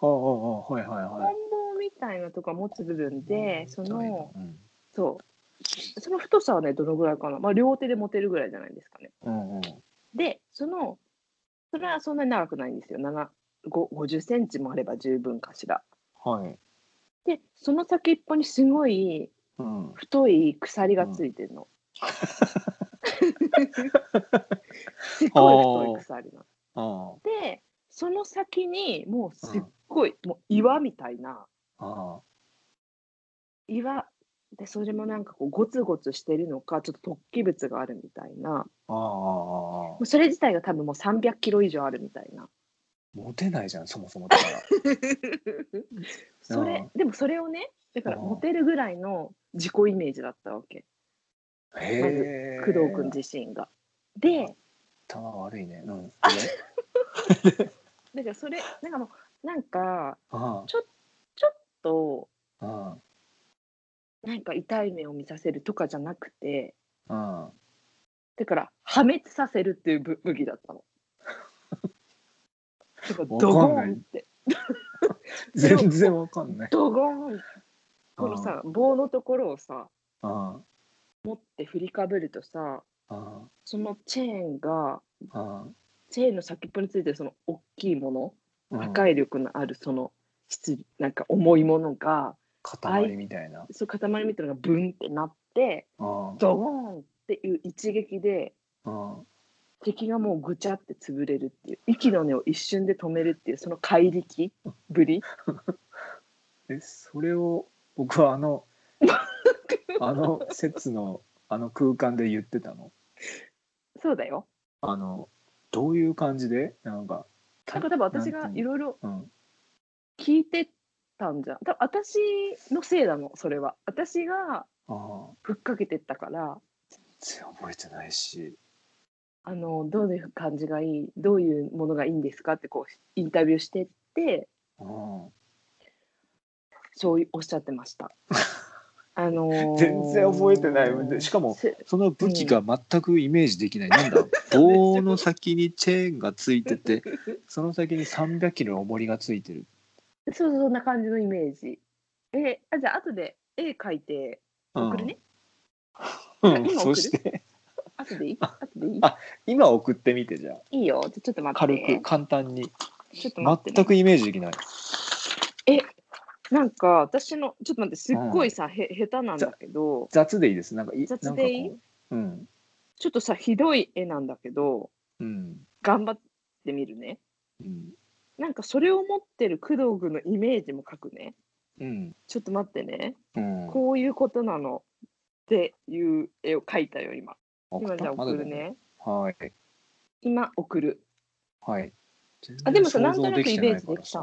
Speaker 2: ああああはい はい
Speaker 1: 棍
Speaker 2: はい
Speaker 1: 棒みたいなとこが持つ部分でその
Speaker 2: うん
Speaker 1: そうその太さはねどのぐらいかな、まあ、両手で持てるぐらいじゃないですかね
Speaker 2: うんうん
Speaker 1: でそのそれはそんなに長くないんですよ7 5 0センチもあれば十分かしら
Speaker 2: はい
Speaker 1: でその先っぽにすごい
Speaker 2: うん
Speaker 1: 太い鎖がついてるの。 すっごい太い鎖なの。
Speaker 2: あ
Speaker 1: でその先にもうすっごい、もう岩みたいな
Speaker 2: ああ
Speaker 1: 岩でそれもなんかこうゴツゴツしてるのかちょっと突起物があるみたいなも
Speaker 2: あああ
Speaker 1: うそれ自体が多分もう300キロ以上あるみたいな
Speaker 2: モテないじゃんそもそもだ から
Speaker 1: それでもそれをねだからモテるぐらいの自己イメージだったわけ
Speaker 2: へえ
Speaker 1: 工藤君自身が。で
Speaker 2: 頭悪いねうん
Speaker 1: だからそれなんかもうなんか
Speaker 2: あ
Speaker 1: と
Speaker 2: ああ
Speaker 1: なんか痛い目を見させるとかじゃなくて
Speaker 2: ああ
Speaker 1: だから破滅させるっていう武武器だ ったの。だからド
Speaker 2: わか
Speaker 1: ゴ
Speaker 2: んない
Speaker 1: ンって
Speaker 2: 全然わかんない
Speaker 1: ドゴンってこのさ棒のところをさ
Speaker 2: あ
Speaker 1: 持って振りかぶるとさ
Speaker 2: ああ
Speaker 1: そのチェーンが
Speaker 2: あ
Speaker 1: チェーンの先っぽについてるその大きいもの
Speaker 2: あ
Speaker 1: 破壊力のあるその質なんか重いものが
Speaker 2: 塊みたいな
Speaker 1: そう塊みたいなのがブンってなって
Speaker 2: あ
Speaker 1: ドゴンっていう一撃で
Speaker 2: ああ
Speaker 1: 敵がもうぐちゃって潰れるっていう息の根を一瞬で止めるっていうその怪力ぶり
Speaker 2: えそれを僕は あのあの説のあの空間で言ってたの
Speaker 1: そうだよ
Speaker 2: あのどういう感じでなんか
Speaker 1: なんか多分私
Speaker 2: な
Speaker 1: が
Speaker 2: んて
Speaker 1: い
Speaker 2: いうの
Speaker 1: ろいろ
Speaker 2: うん
Speaker 1: 聞いてたんじゃん多分私のせいだのそれは私が
Speaker 2: ああ
Speaker 1: ふっかけてったから
Speaker 2: 全然覚えてないし
Speaker 1: あのどういう感じがいいどういうものがいいんですかってこうインタビューしてって
Speaker 2: うん
Speaker 1: そうおっしゃってま した。あのー
Speaker 2: 全然覚えてないでしかも
Speaker 1: せ
Speaker 2: その武器が全くイメージできない、 なんだ棒の先にチェーンがついててその先に3 0 0キロの重りがついてる
Speaker 1: そうそうそんな感じのイメージ。えあじゃあ後で絵描いて送るね。
Speaker 2: うん、
Speaker 1: 今送る
Speaker 2: そして
Speaker 1: 後でいい後でいい
Speaker 2: あ今送ってみてじゃあ
Speaker 1: いいよ。じゃあちょっと待っ
Speaker 2: 軽
Speaker 1: て。
Speaker 2: く簡単に
Speaker 1: ちょっと待って、
Speaker 2: 全くイメージできない
Speaker 1: なんか私の、ちょっと待って、すっごいさ、へ下手なんだけど、
Speaker 2: 雑でいいですなんかい
Speaker 1: 雑でいい
Speaker 2: なんかこううん
Speaker 1: ちょっとさ、ひどい絵なんだけど、
Speaker 2: うん
Speaker 1: 頑張ってみるね。
Speaker 2: うん
Speaker 1: なんかそれを持ってる工藤君のイメージも書くね。
Speaker 2: うん
Speaker 1: ちょっと待ってね。
Speaker 2: うん
Speaker 1: こういうことなのっていう絵を描いたよ、今。今じゃあ
Speaker 2: ま
Speaker 1: 送
Speaker 2: だだ
Speaker 1: るね。
Speaker 2: はい
Speaker 1: 今送る。
Speaker 2: はい
Speaker 1: あでもさ
Speaker 2: 全然想像きていか
Speaker 1: なんとなくイメ
Speaker 2: ら
Speaker 1: ージできた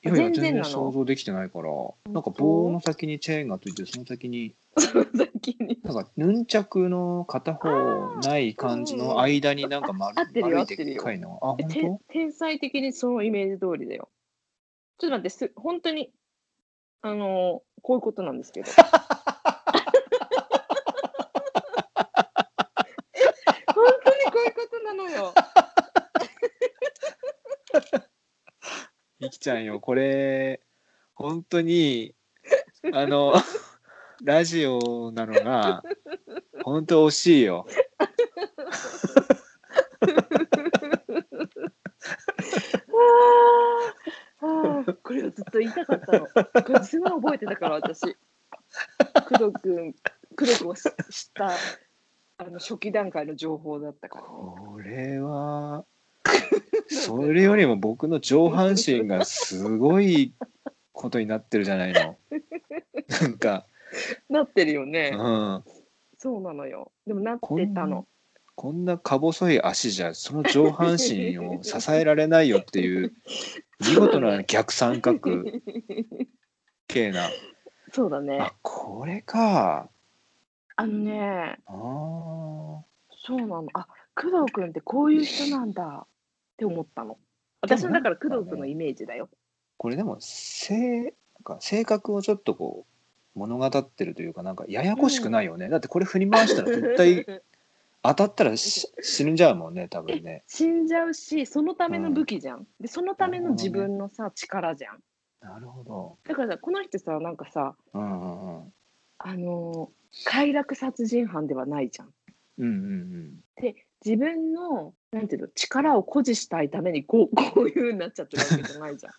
Speaker 2: いやいや
Speaker 1: 全然
Speaker 2: 全
Speaker 1: な
Speaker 2: 然
Speaker 1: の
Speaker 2: 想像できてないから
Speaker 1: 当
Speaker 2: なんか棒の先にチェーンがついてその先に
Speaker 1: その先に。
Speaker 2: なんかヌンチャクの片方ない感じの間になんか丸
Speaker 1: あ合ってるよ
Speaker 2: 丸い
Speaker 1: 合ってる
Speaker 2: でっ
Speaker 1: よ
Speaker 2: かいのあ
Speaker 1: えて
Speaker 2: 本
Speaker 1: 天才的にそのイメージ通りだよ。ちょっと待って、す本当に、あのーこういうことなんですけど。え本当にこういうことなのよ。
Speaker 2: 当みきちゃんよこれ本当にあ のラジオなのが本当惜しいよ
Speaker 1: あーあーこれをずっと言いたかったの。これすごい覚えてたから私。工藤君、工藤君を知ったあの初期段階の情報だったから。
Speaker 2: これはそれよりも僕の上半身がすごいことになってるじゃないのなんか、
Speaker 1: なってるよ
Speaker 2: う
Speaker 1: ね。
Speaker 2: ん、
Speaker 1: そうなのよ。でもなっ
Speaker 2: こ
Speaker 1: て
Speaker 2: ん
Speaker 1: たの。
Speaker 2: こんなか細い足じゃその上半身を支えられないよっていう見事な逆三角形な
Speaker 1: そうだね
Speaker 2: あ。これか
Speaker 1: あのね、
Speaker 2: あー
Speaker 1: そうなの。あ、工藤君ってこういう人なんだって思ったの。私のだから工藤君のイメージだよ。
Speaker 2: これでも性なんか性格をちょっとこう物語ってるというかなんかややこしくないよね、だってこれ振り回したら絶対 当たったらし死ぬんじゃうもんね多分ね
Speaker 1: 死んじゃうし、そのための武器じゃん。で、そのための自分のさ、力じゃん。
Speaker 2: なるほ
Speaker 1: だからさ、この人さ、なんかさ、
Speaker 2: どうんうんうん
Speaker 1: あのー快楽殺人犯ではないじゃん。
Speaker 2: うんうん
Speaker 1: で自分のなんていうの力を誇示したいためにこう こういう風になっちゃってるわけじゃないじ ゃん。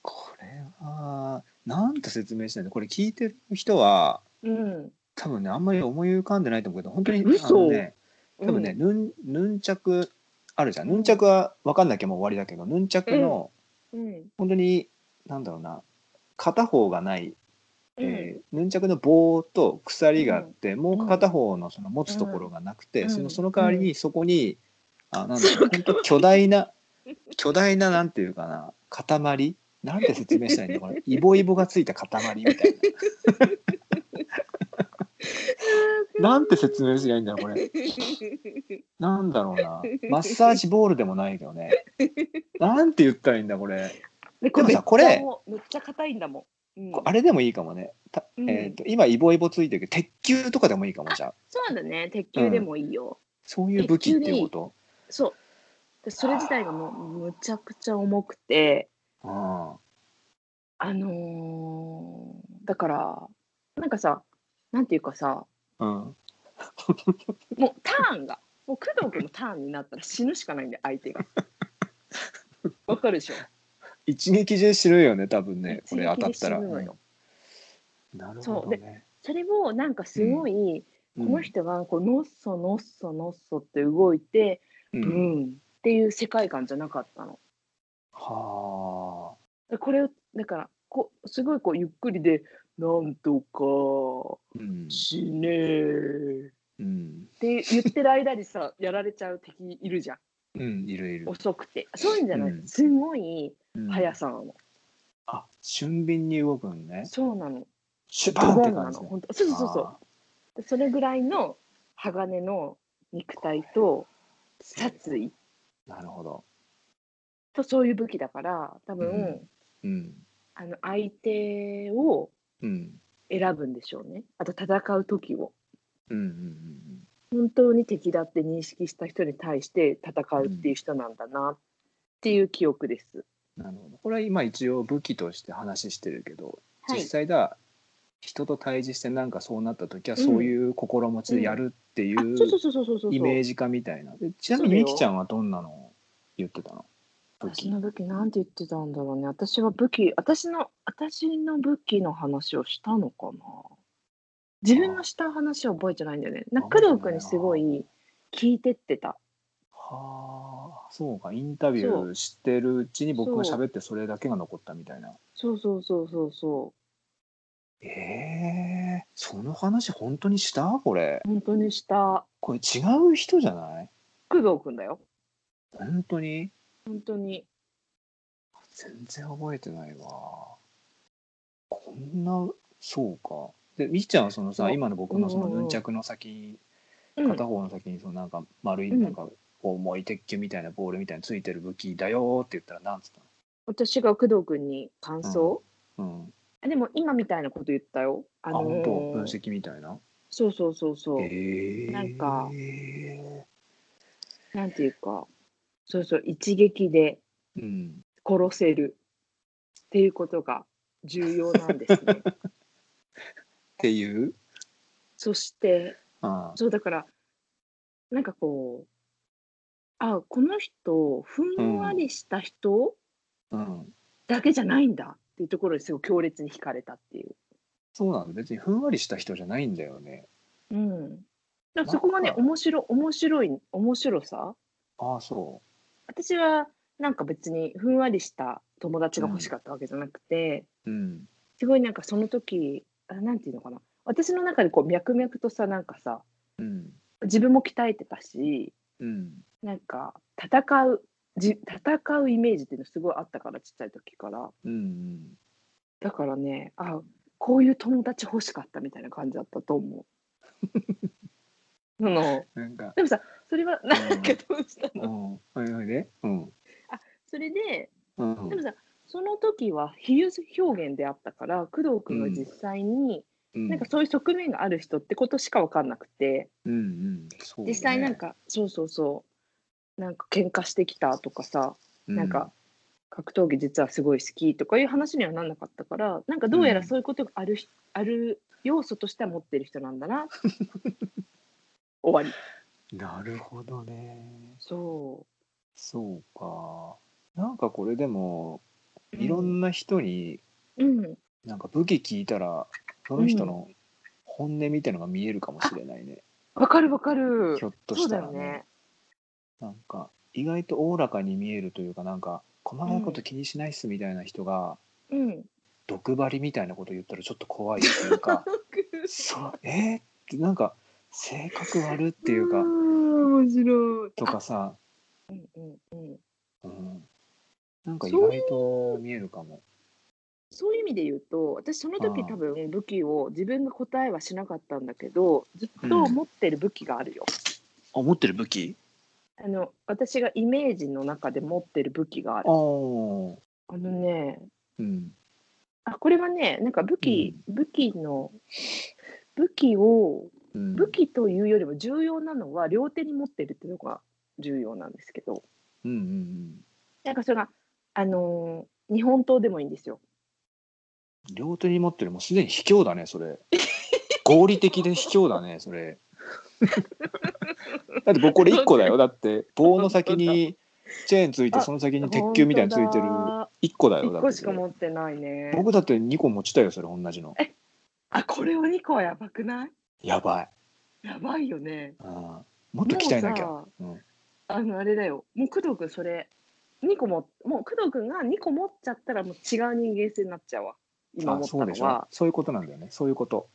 Speaker 2: これはなんと説明しないとこれ聞いてる人は
Speaker 1: うん
Speaker 2: 多分ねあんまり思い浮かんでないと思うけど本当に
Speaker 1: 嘘
Speaker 2: あのね
Speaker 1: うん、
Speaker 2: 多分ね、ヌンヌンチャクあるじゃんヌンチャクは分かんなきゃもう終わりだけどヌンチャクの
Speaker 1: うん
Speaker 2: 本当になんだろうな片方がない、え
Speaker 1: う
Speaker 2: ーヌンチャクの棒と鎖があって、もう片方のその持つところがなくて、
Speaker 1: うん
Speaker 2: そのその代わりにそこに、あなんだろう本当巨大な巨大ななんていうかな塊なんて説明したらいい んだこれイボイボがついた塊みたい ななんて説明すりゃいいんだろうこれ
Speaker 1: ん、
Speaker 2: なんだろうなマッサージボールでもないけどねなんて言ったらいいんだこれ
Speaker 1: で
Speaker 2: でもさこれ
Speaker 1: めっちゃ硬いんだもん。うん
Speaker 2: こあれでもいいかもねた、
Speaker 1: うん
Speaker 2: えー、と今イボイボついてるけど鉄球とかでもいいかもじゃあ
Speaker 1: そうだね鉄球でもいいよ。
Speaker 2: そういう武器っていうこと
Speaker 1: そうでそれ自体がもうむちゃくちゃ重くて
Speaker 2: あ
Speaker 1: あのーだからなんかさなんていうかさ
Speaker 2: あうん
Speaker 1: もうターンがもう工藤君のターンになったら死ぬしかない んで相手が。わかるでしょ
Speaker 2: 一撃で死ぬよね多分ねこれ当たったら、
Speaker 1: 一撃で死ぬのよ
Speaker 2: うんなるほどね
Speaker 1: それをなんかすごい、
Speaker 2: うん
Speaker 1: この人がこうのっそのっそのっそって動いて、
Speaker 2: う、
Speaker 1: うんんっていう世界観じゃなかったの。
Speaker 2: は
Speaker 1: でこれをだからこうすごいこうゆっくりで「なんとか
Speaker 2: あうん、
Speaker 1: 死ねー」っ
Speaker 2: うん
Speaker 1: て言ってる間に さやられちゃう敵いるじゃん
Speaker 2: うん、いるいる、
Speaker 1: 遅くてそういうんじゃない、
Speaker 2: うん
Speaker 1: すごい
Speaker 2: うん
Speaker 1: 速さなの、
Speaker 2: あ俊敏に動くのね
Speaker 1: そうなの
Speaker 2: シュ
Speaker 1: ド
Speaker 2: バンっ
Speaker 1: ボ
Speaker 2: て
Speaker 1: ンなの
Speaker 2: 感じね
Speaker 1: 本当そうそうそうそう
Speaker 2: あ
Speaker 1: でそれぐらいの鋼の肉体と殺意
Speaker 2: ーなるほど
Speaker 1: とそういう武器だから多分、
Speaker 2: うんうん
Speaker 1: あの相手を
Speaker 2: うん
Speaker 1: 選ぶんでしょうねあと戦う時を
Speaker 2: うんうんうん
Speaker 1: 本当に敵だって認識した人に対して戦うっていう人なんだなっていう記憶です。
Speaker 2: うんなるほどこれは今一応武器として話してるけど
Speaker 1: はい
Speaker 2: 実際だ、人と対峙してなんかそうなった時はそういう心持ちでやるってい
Speaker 1: あそうそう
Speaker 2: う
Speaker 1: そうそうそうそう
Speaker 2: イメージ化みたいなでちなみ
Speaker 1: そう
Speaker 2: に
Speaker 1: だ
Speaker 2: み
Speaker 1: よ
Speaker 2: きちゃんはどんなの言ってたの武
Speaker 1: 私
Speaker 2: 器
Speaker 1: の武器なんて言ってたんだろうね私は武器私の私の武器の話をしたのかな自分のした話は覚えてないんだよねなんか工藤君にすごい聞いてってた
Speaker 2: はあそうかインタビューしてるうちに僕が
Speaker 1: そう
Speaker 2: 喋ってそれだけが残ったみたいな
Speaker 1: そうそうそうそうそ
Speaker 2: ええその話本当にしたこれ
Speaker 1: う本当にした
Speaker 2: これ違う人じゃない
Speaker 1: 工藤君だよ
Speaker 2: 本当に
Speaker 1: 本当に
Speaker 2: 全然覚えてないわこんなそうかでみきちゃんはその
Speaker 1: そ
Speaker 2: さ
Speaker 1: う
Speaker 2: 今の僕のその
Speaker 1: うんうんうん
Speaker 2: ヌンチャクの先に
Speaker 1: うん
Speaker 2: 片方の先にそのなんか丸い
Speaker 1: うん
Speaker 2: なんか重い鉄球みたいなボールみたいについてる武器だよって言ったらなんつっ
Speaker 1: 私が工藤君に感想、
Speaker 2: たのうん
Speaker 1: でも今みたいなこと言ったよ。あ
Speaker 2: あ
Speaker 1: の
Speaker 2: 本
Speaker 1: ー
Speaker 2: 当分析みたいな
Speaker 1: そうそうそうそう。
Speaker 2: ええ
Speaker 1: なんか
Speaker 2: え
Speaker 1: なんていうか、そうそう、一撃で
Speaker 2: ーうん
Speaker 1: 殺せるっていうことが重要なんです ね。
Speaker 2: っていう
Speaker 1: そして、
Speaker 2: あ
Speaker 1: そうだから、なんかこう、あ、この人、ふんわりした人
Speaker 2: あうん
Speaker 1: だけじゃないんだっていうところですごい強烈に惹かれたっていう。
Speaker 2: そうなんだ別にふんわりした人じゃないんだよね
Speaker 1: うん。だからそこがね
Speaker 2: な、んか
Speaker 1: 面白、面白い、面白さ。
Speaker 2: ああそ
Speaker 1: 私は、なんか別にふんわりした友達が欲しかったわけじゃなくて、
Speaker 2: ううん
Speaker 1: すごいなんかその時あなんていうのかな私の中でこう脈々とさなんかさ
Speaker 2: うん
Speaker 1: 自分も鍛えてたし
Speaker 2: うん
Speaker 1: なんか戦うじ戦うイメージっていうのすごいあったからちっちゃい時から
Speaker 2: うんうん
Speaker 1: だからねあこういう友達欲しかったみたいな感じだったと思う。その
Speaker 2: なんか
Speaker 1: でもさそれはなんかどうしたの、
Speaker 2: うんはいはいでうん
Speaker 1: それで
Speaker 2: うん
Speaker 1: でもさその時は比喩表現であったから工藤君が実際に、
Speaker 2: うん
Speaker 1: なんかそういう側面がある人ってことしか分かんなくて。
Speaker 2: うんうんそうね
Speaker 1: 実際なんかそうそうそうなんか喧嘩してきたとかさ、
Speaker 2: う
Speaker 1: なんか格闘技実はすごい好きとかいう話にはなんなかったからなんかどうやらそういうことがある,、ある要素としては持ってる人なんだ な終わり
Speaker 2: なるほどね
Speaker 1: そ
Speaker 2: そうかなんかこれでも
Speaker 1: う
Speaker 2: いろんな人に
Speaker 1: うん
Speaker 2: なんか武器聞いたらその人の本音みたいのが見えるかもしれないね、
Speaker 1: わかるわかる
Speaker 2: ひょっと
Speaker 1: そう
Speaker 2: し
Speaker 1: だ
Speaker 2: た
Speaker 1: よ
Speaker 2: らね
Speaker 1: ね
Speaker 2: なんか意外とおおらかに見えるというかなんか細かいこと気にしないっすみたいな人が、
Speaker 1: うん
Speaker 2: 毒針みたいなこと言ったらちょっと怖いという かそうえー、ってなんか性格悪っていうか
Speaker 1: ん面白い
Speaker 2: とかさ、
Speaker 1: あうんうんうん
Speaker 2: うん、なんか意外と見えるかも。
Speaker 1: そういう意味で言うと私その時
Speaker 2: ああ
Speaker 1: 多分武器を自分が答えはしなかったんだけどずっと持ってる武器があるよ、
Speaker 2: あ持ってる武器
Speaker 1: あの私がイメージの中で持ってる武器があ
Speaker 2: あ
Speaker 1: る
Speaker 2: あ
Speaker 1: あ
Speaker 2: ー
Speaker 1: のね
Speaker 2: うん
Speaker 1: あこれはねなんか武器、武器の武器を
Speaker 2: うん
Speaker 1: 武器というよりも重要なのは両手に持ってるっていうのが重要なんですけど
Speaker 2: うんうん
Speaker 1: なんかそれがあのー日本刀でもいいんですよ。
Speaker 2: うん両手に持ってるもうすでに卑怯だねそれ 合理的で卑怯だね それだって僕これ1個だよだって棒の先にチェーンついて
Speaker 1: あ
Speaker 2: その先に鉄球みたいについてる
Speaker 1: 本
Speaker 2: 1個だ
Speaker 1: 当
Speaker 2: よだ
Speaker 1: だ1個
Speaker 2: ってそ
Speaker 1: し
Speaker 2: れ
Speaker 1: か持ってないね。
Speaker 2: 僕だって2個持ちたいよそれ同じの
Speaker 1: あこれを2個はやばくない
Speaker 2: やばい、
Speaker 1: やばいよね。
Speaker 2: うん、もっと鍛えなきゃ
Speaker 1: もうさ
Speaker 2: うん
Speaker 1: あのあれだよもう工藤君それ2個ももう工藤君が2個持っちゃったらもう違う人間性になっちゃうわ今思
Speaker 2: あ
Speaker 1: った
Speaker 2: そう
Speaker 1: の
Speaker 2: でしょ
Speaker 1: は
Speaker 2: そういうことなんだよねそういうこと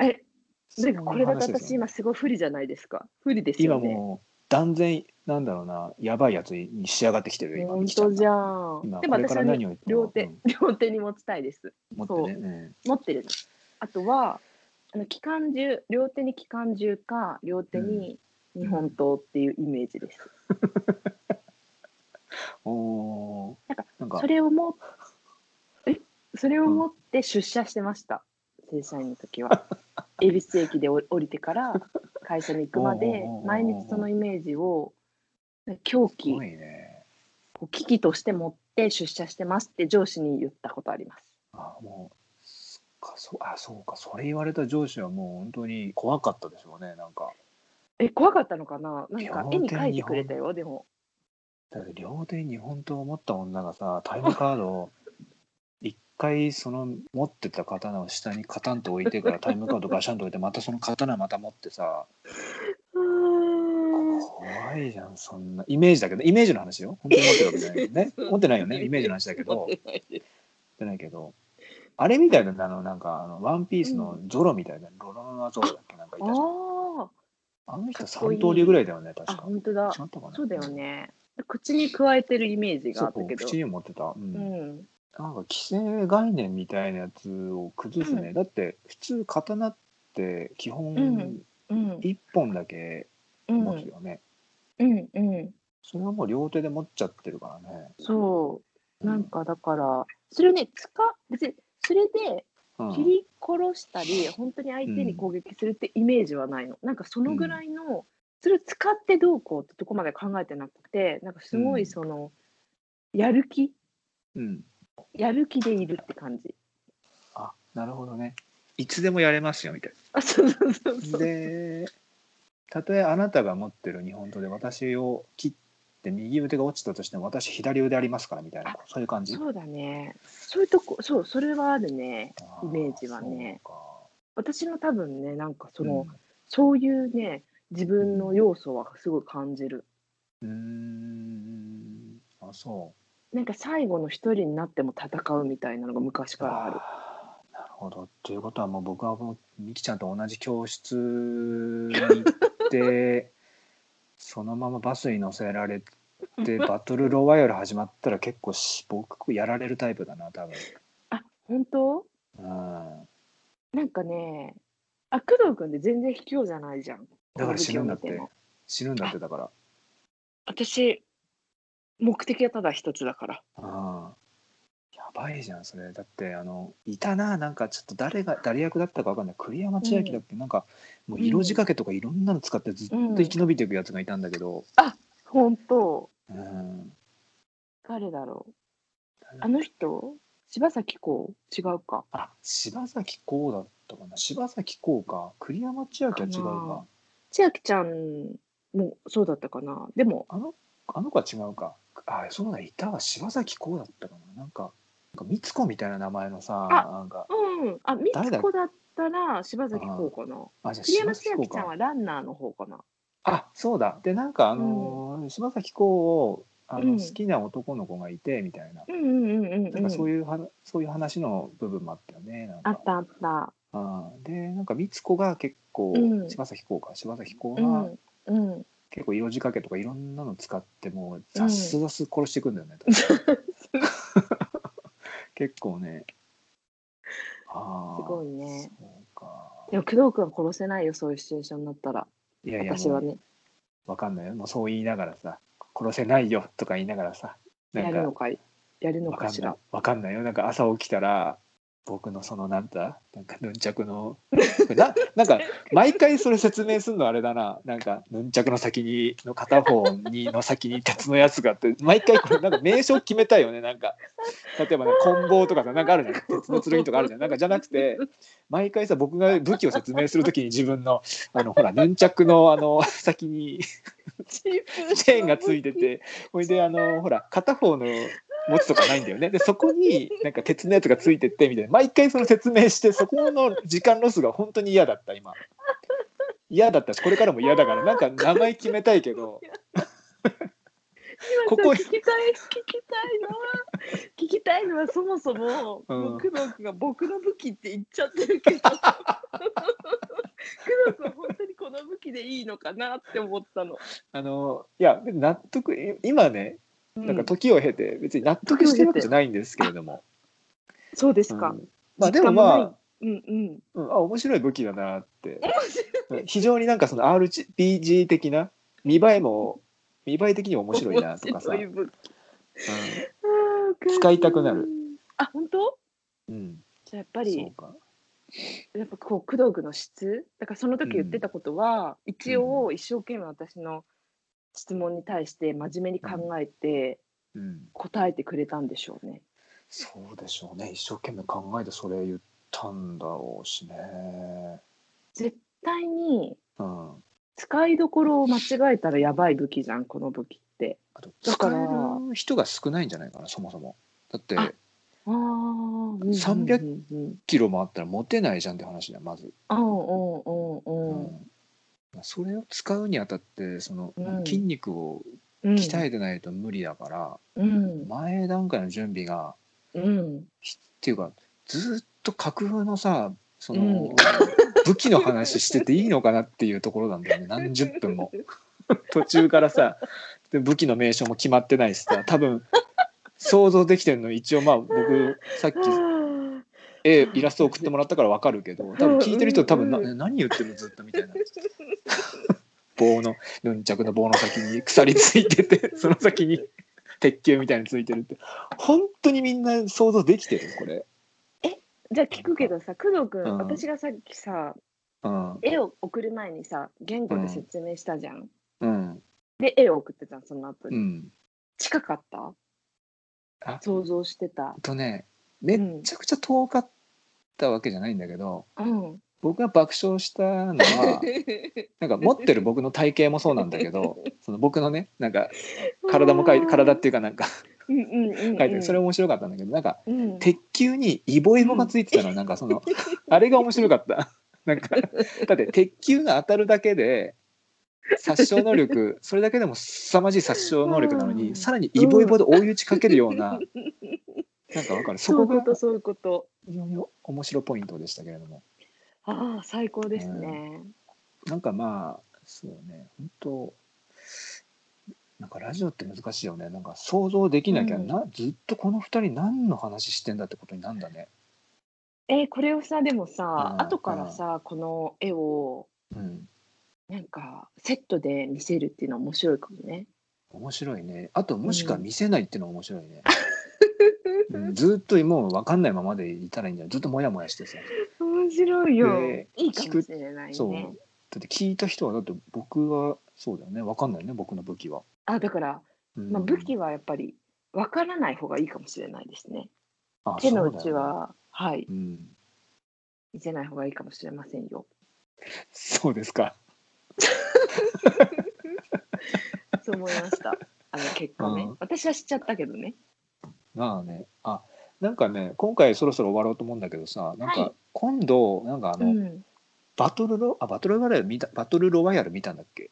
Speaker 1: え
Speaker 2: そういう
Speaker 1: なんかこれだと
Speaker 2: 話ですよ
Speaker 1: 私
Speaker 2: ね
Speaker 1: 今すごい不利じゃないですか不利です
Speaker 2: 今
Speaker 1: よね
Speaker 2: もう断然なんだろうなやばいやつに仕上がってきてるよ今
Speaker 1: 本
Speaker 2: みきちゃん
Speaker 1: 当
Speaker 2: が
Speaker 1: じゃん
Speaker 2: 今
Speaker 1: で
Speaker 2: こ
Speaker 1: も
Speaker 2: れか
Speaker 1: 私
Speaker 2: ら
Speaker 1: は、ね、
Speaker 2: 何を言っても
Speaker 1: 両手、
Speaker 2: うん
Speaker 1: 両手に持ちたいです
Speaker 2: 持ってね、
Speaker 1: 持ってるのあとはあの機関銃両手に機関銃か両手に日本刀っていうイメージです、
Speaker 2: うん、おー
Speaker 1: なんか
Speaker 2: なんか
Speaker 1: それをもえそれを持って出社してました、正社員の時 は恵比寿駅でお降りてから会社に行くま
Speaker 2: おうお
Speaker 1: で
Speaker 2: うおうおう
Speaker 1: 毎日そのイメージを狂
Speaker 2: す
Speaker 1: 気
Speaker 2: ごいね
Speaker 1: こう危機として持って出社してますって上司に言ったことあります
Speaker 2: あもうそっかそうあそうかそれ言われた上司はもう本当に怖かったでしょうねなんか
Speaker 1: え怖かったのかななんか
Speaker 2: 両手
Speaker 1: 絵に描いてくれたよでも
Speaker 2: だって両手に日本刀を持った女がさタイムカードを 一回その持ってた刀を下にカタンと置いてからタイムカードガシャンと置いてまたその刀また持ってさ怖いじゃんそんなイメージだけどイメージの話よ本当に持ってるわけじゃないよ ね持ってないよねイメージの話だけど持っ
Speaker 1: 待ってな
Speaker 2: て
Speaker 1: いです
Speaker 2: ないけどあれみたいなあのなんかあのワンピースのゾロみたいな、ロロノアゾロだっけなんかい
Speaker 1: あ
Speaker 2: たじゃん
Speaker 1: ー
Speaker 2: あの
Speaker 1: か
Speaker 2: 人
Speaker 1: っこいい
Speaker 2: 3通りぐらいだよね、
Speaker 1: あ
Speaker 2: 確か。
Speaker 1: 本当だ
Speaker 2: 違ったかな
Speaker 1: そうだよ。ね口に加えてるイメージが
Speaker 2: そ
Speaker 1: あっ
Speaker 2: う
Speaker 1: たけど
Speaker 2: 口に持ってた、うん
Speaker 1: うん
Speaker 2: なんか既成概念みたいなやつを崩すね、
Speaker 1: うん
Speaker 2: だって普通刀って基
Speaker 1: うん
Speaker 2: 本
Speaker 1: うん
Speaker 2: 1本だけ
Speaker 1: う
Speaker 2: 持つ
Speaker 1: ん
Speaker 2: よね、
Speaker 1: うんうん
Speaker 2: それはもう両手で持っちゃってるからね
Speaker 1: そうなんかだからそれをね使別にそれで
Speaker 2: うん
Speaker 1: 切り殺したり本当に相手に攻撃するってイメージはないの、なんかそのぐらいのそれを使ってどうこうってとこまで考えてなくてなんかすご
Speaker 2: う
Speaker 1: い
Speaker 2: ん
Speaker 1: その、やる気
Speaker 2: うん、
Speaker 1: やる気でいるって感じ
Speaker 2: あなるほどねいつでもやれますよみたい
Speaker 1: あそうそうそうそ
Speaker 2: な
Speaker 1: う
Speaker 2: でたとえあなたが持ってる日本刀で私を切って右腕が落ちたとしても私左腕ありますからみたいな
Speaker 1: あ
Speaker 2: そういう感じ
Speaker 1: そうだねそういうとこそうそれはあるね
Speaker 2: あ
Speaker 1: イメージはね
Speaker 2: そうか
Speaker 1: 私の多分ねなんかその、
Speaker 2: うん
Speaker 1: そういうね自分の要素はすごい感じる
Speaker 2: うーんあそ
Speaker 1: なんか最後の一人になっても戦うみたいなのが昔
Speaker 2: う
Speaker 1: からある
Speaker 2: あーなるほどっていうことはもう僕はもうみきちゃんと同じ教室に行ってそのままバスに乗せられ てバトルロワイヤル始まったら結構し僕やられるタイプだな多分
Speaker 1: あ本当
Speaker 2: うん
Speaker 1: なんかね、あ、工藤君って全然卑怯じゃないじゃん。
Speaker 2: だから死ぬんだっ
Speaker 1: この武器
Speaker 2: て
Speaker 1: を持も
Speaker 2: 死ぬんだってだから
Speaker 1: 私、目的はただ一つだから。
Speaker 2: うんやばいじゃんそれだってあのいたななんかちょっと誰が誰役だったかわかんない栗山千明だっけ、なんかもう色仕掛けとかいろんなの使ってずっと生き延びていくやつがいたんだけど、
Speaker 1: 本当
Speaker 2: うん、
Speaker 1: 誰だろうあの人柴咲コウ違うか。
Speaker 2: あ柴咲コウだったかな柴咲コウか栗山千明は違
Speaker 1: か
Speaker 2: うか
Speaker 1: な千秋ちゃんもそうだったかな。でも、
Speaker 2: あのあの子は違うかあそうだいたわ柴咲コウだったかななんかなんか光子みたいな名前のさ
Speaker 1: あ
Speaker 2: なんか
Speaker 1: うん。あ、美
Speaker 2: 誰だ
Speaker 1: 津子だったら柴咲コウかな。
Speaker 2: あじゃあ
Speaker 1: 栗山
Speaker 2: 柴
Speaker 1: 千
Speaker 2: 咲コ
Speaker 1: 秋ち
Speaker 2: ウ
Speaker 1: ゃんはランナーの方かな。
Speaker 2: あそうだでなんかあのー柴咲コウをあの、
Speaker 1: うん
Speaker 2: 好きな男の子がいてみたいな
Speaker 1: うんうんうんうん、
Speaker 2: なんかそう
Speaker 1: いう
Speaker 2: いうは、そういう話の部分もあったよねなんか
Speaker 1: あったあった。
Speaker 2: あでなんか光子が結構、
Speaker 1: うん
Speaker 2: 柴咲コウか柴咲コウ
Speaker 1: う
Speaker 2: が
Speaker 1: ん。うん。
Speaker 2: 結構色仕掛けとかいろんなの使ってもうザスザス殺していくん だよね、結構ねあ
Speaker 1: すごい
Speaker 2: い
Speaker 1: ね。
Speaker 2: そうか
Speaker 1: でも工藤君は殺せないよ、そういうシチュエーションになったら。
Speaker 2: いやいや
Speaker 1: 私はね、
Speaker 2: わかんないよもうそう言いながらさ殺せないよとか言いながらさな
Speaker 1: や
Speaker 2: ん
Speaker 1: るの
Speaker 2: か
Speaker 1: かいやるの
Speaker 2: わか
Speaker 1: か
Speaker 2: ん
Speaker 1: し
Speaker 2: ない
Speaker 1: ら。
Speaker 2: わかんないよなんか朝起きたら僕のそのなんだなんかヌンチャク のななんか毎回それ説明するのあれだななんかヌンチャクの先にの片方にの先に鉄のやつがあって毎回これなんか名称決めたいよねなんか例えば なんか棍棒とかさなんかあるじゃん鉄の剣とかあるじゃんなんかじゃなくて毎回さ僕が武器を説明するときに自分のあのほらヌンチャクのあの先に
Speaker 1: チー
Speaker 2: チェーンがついて てほいであのほら片方の持つとかないんだよねでそこになんか鉄のやつがついてってみたいな毎回その説明してそこの時間ロスが本当に嫌だった今嫌だったしこれからも嫌だからなんか名前決めたいけど
Speaker 1: 今
Speaker 2: ここ
Speaker 1: 聞きたい聞きたいのは聞きたいのはそもそも,、
Speaker 2: うん
Speaker 1: もう工藤君が僕の武器って言っちゃってるけど工藤君は本当にこの武器でいいのかなって思ったの。
Speaker 2: あのいや納得い今ねなんか時を経て別に納得してるわけじゃないんですけれども、
Speaker 1: そうですか。
Speaker 2: うんまあでもまあ
Speaker 1: うんうん。
Speaker 2: うんあ面白い武器だなって非常になんかその RPG 的な見栄えも見栄え的にも面白いなとかさ、
Speaker 1: 面白い武器
Speaker 2: う
Speaker 1: あーおかし
Speaker 2: 使いたくなる。
Speaker 1: あ本当？
Speaker 2: んうん、
Speaker 1: じゃあやっぱ
Speaker 2: そ
Speaker 1: り
Speaker 2: うか
Speaker 1: やっぱこう工藤君の質だからその時言ってたことは、一応一生懸命私の質問に対して真面目に考えて
Speaker 2: うん、
Speaker 1: 答えてくれたんでしょうね。
Speaker 2: そうでしょうね一生懸命考えてそれ言ったんだろうしね、
Speaker 1: 絶対に
Speaker 2: うん、あ
Speaker 1: 使いどころを間違えたらやばい武器じゃんこの武器って。だ
Speaker 2: と
Speaker 1: か
Speaker 2: 使
Speaker 1: ら
Speaker 2: える人が少ないんじゃないかなそもそもだって
Speaker 1: あああ、うんうんうんうん、
Speaker 2: 300
Speaker 1: うんうん
Speaker 2: キロもあったら持てないじゃんって話だよまず、
Speaker 1: うんうん
Speaker 2: うんそれを使うにあたってその、
Speaker 1: うん
Speaker 2: 筋肉を
Speaker 1: うん。
Speaker 2: 鍛えてないと無理だから、
Speaker 1: うん
Speaker 2: 前段階の準備が
Speaker 1: うん。
Speaker 2: ひっていうかずーっと架空のさその、
Speaker 1: うん
Speaker 2: 武器の話してていいのかなっていうところなんだよね何十分も途中からさで武器の名称も決まってないしさ多分想像できてるの一応まあ僕さっき
Speaker 1: は
Speaker 2: 絵イラスト送ってもらったからわかるけど多分聞いてる人多分な、何言ってるのずっとみたいな棒のヌンチャクの棒の先に鎖つい ててその先に鉄球みたいについてるって本当にみんな想像できてるこれ。
Speaker 1: じゃあ聞くけどさ工藤君、
Speaker 2: うん
Speaker 1: 私がさっきさ
Speaker 2: うん
Speaker 1: 絵を送る前にさ言語で説明したじゃん、
Speaker 2: うん
Speaker 1: で絵を送ってたのその後に、
Speaker 2: うん
Speaker 1: 近かった
Speaker 2: あ
Speaker 1: 想像してた
Speaker 2: とねめっちゃくちゃ遠かったわけじゃないんだけど、
Speaker 1: うん
Speaker 2: 僕が爆笑したの はなんか持ってる僕の体型もそうなんだけどその僕のねなんか 体もかい体っていうかなんか
Speaker 1: うんうんうんうん
Speaker 2: 書いてるそれ面白かったんだけどなんか
Speaker 1: うん
Speaker 2: 鉄球にイボイボがついてたのなんかそのあれが面白かった なんかだって鉄球が当たるだけで殺傷能力それだけでも凄まじい殺傷能力なの
Speaker 1: うん
Speaker 2: にさらにイボイボで追い打ちかけるようななんかわかる
Speaker 1: そ
Speaker 2: そ
Speaker 1: うい
Speaker 2: こ
Speaker 1: うこ
Speaker 2: が
Speaker 1: とそういうこと
Speaker 2: 非常に面白いポイントでしたけれども
Speaker 1: ああ最高ですね、
Speaker 2: なんかまあそうね本当なんかラジオって難しいよねなんか想像できなき
Speaker 1: う
Speaker 2: ゃ、
Speaker 1: ん
Speaker 2: なずっとこの二人何の話してんだってことになんだね。
Speaker 1: えーこれをさでもさ、
Speaker 2: うん
Speaker 1: 後からさ、この絵を
Speaker 2: うん
Speaker 1: なんかセットで見せるっていうのは面白いかもね。
Speaker 2: 面白いねあともしか見せないっていうのが面 白いね、うんずっともう分かんないままでいたらいいんじゃないずっとモヤモヤしてさ、
Speaker 1: 面白いよ。
Speaker 2: で
Speaker 1: いいかもしれない
Speaker 2: そう
Speaker 1: ね。
Speaker 2: だって聞いた人はだって僕はそうだよね分かんないよね僕の武器は、
Speaker 1: あだから、
Speaker 2: うん
Speaker 1: まあ、武器はやっぱりわからない方がいいかもしれないですね。
Speaker 2: あ
Speaker 1: 手の
Speaker 2: そうだ
Speaker 1: 内
Speaker 2: よね
Speaker 1: は、はい
Speaker 2: うん
Speaker 1: 見せない方がいいかもしれませんよ。
Speaker 2: そうですか
Speaker 1: そう思いま した。あの結果ね、
Speaker 2: うん
Speaker 1: 私は知っちゃったけどね。
Speaker 2: まあねあなんかね今回そろそろ終わろうと思うんだけどさなん
Speaker 1: はい
Speaker 2: か今度なんかあ
Speaker 1: う
Speaker 2: の、
Speaker 1: ん。
Speaker 2: バトルロあバトルロワイヤル見たバトルロワイヤル見たんだっけ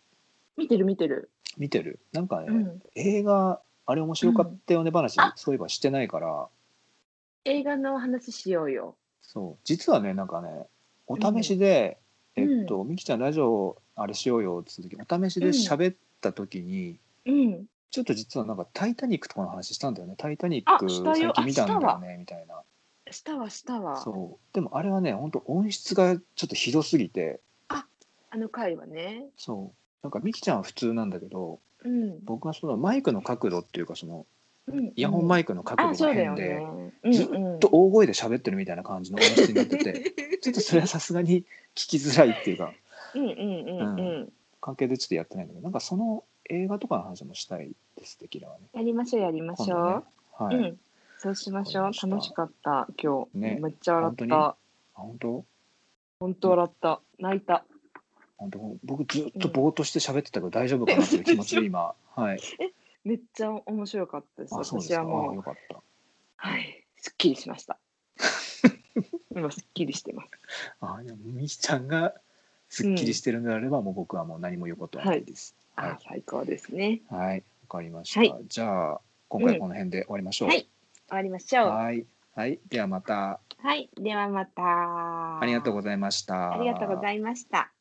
Speaker 1: 見てる見てる。
Speaker 2: 見てるなんかね、
Speaker 1: うん。
Speaker 2: 映画あれ面白かったよね、話
Speaker 1: あ
Speaker 2: そういえばしてないから
Speaker 1: 映画の話しようよ。
Speaker 2: そう実はねなんかねお試しで、
Speaker 1: うん
Speaker 2: えっと、みきちゃんラジオあれしようよっつう時お試しで喋った時に、
Speaker 1: うん。
Speaker 2: ちょっと実はなんか「タイタニック」とかの話したんだよね「タイタニック
Speaker 1: あした
Speaker 2: 最
Speaker 1: よ
Speaker 2: 近見たんだ
Speaker 1: あ
Speaker 2: よ
Speaker 1: し
Speaker 2: ね」みたいな
Speaker 1: したわしたわ。
Speaker 2: そうでもあれはね本当音質がちょっとひどすぎて
Speaker 1: あの回はね。
Speaker 2: そうなんかみきちゃんは普通なんだけど
Speaker 1: うん。
Speaker 2: 僕はそのマイクの角度っていうかその
Speaker 1: うん
Speaker 2: イヤホンマイクの角
Speaker 1: あ
Speaker 2: 度
Speaker 1: そ
Speaker 2: が
Speaker 1: うだ
Speaker 2: 変
Speaker 1: よ
Speaker 2: で、
Speaker 1: ね。
Speaker 2: ずっ
Speaker 1: っ
Speaker 2: ちょっと大声で喋ってるみたいな感じの音質になっててちょっとそれはさすがに聞きづらいっていうか
Speaker 1: うんうんうんう。
Speaker 2: うん関係でちょっとやってないんだけどなんかその映画とかの話もしたいですできればね。
Speaker 1: やりましょうやりましょ
Speaker 2: 今
Speaker 1: う。
Speaker 2: 度ね
Speaker 1: う
Speaker 2: はい、
Speaker 1: ん。そうしましょ
Speaker 2: わ
Speaker 1: う
Speaker 2: かりま。し
Speaker 1: 楽
Speaker 2: た
Speaker 1: しかった今日。
Speaker 2: ね
Speaker 1: めっちゃ笑っ
Speaker 2: 本
Speaker 1: た。
Speaker 2: あ本当
Speaker 1: 本当笑った。泣いた。
Speaker 2: 本当僕ずっとぼーっとして喋ってたけど大丈夫かなっていう気持 ちで今、はい、
Speaker 1: めっちゃ面白かったです。
Speaker 2: あそうで
Speaker 1: 私
Speaker 2: すか
Speaker 1: は
Speaker 2: あ
Speaker 1: もう
Speaker 2: よかった
Speaker 1: はいすっきりしま した。今すっきりしてます。
Speaker 2: あいやみきちゃんがすっきりしてるのであれば、もう僕はもう何も言うことはないです。
Speaker 1: あ最高ですね。
Speaker 2: はい、わ、かりました、
Speaker 1: はい
Speaker 2: じゃあ今回この辺で終わりましょう。
Speaker 1: はい終わりましょう。
Speaker 2: はい、はい、ではまた
Speaker 1: はいではまた。
Speaker 2: ありがとう
Speaker 1: ござい
Speaker 2: ございました。
Speaker 1: ありがとうございました。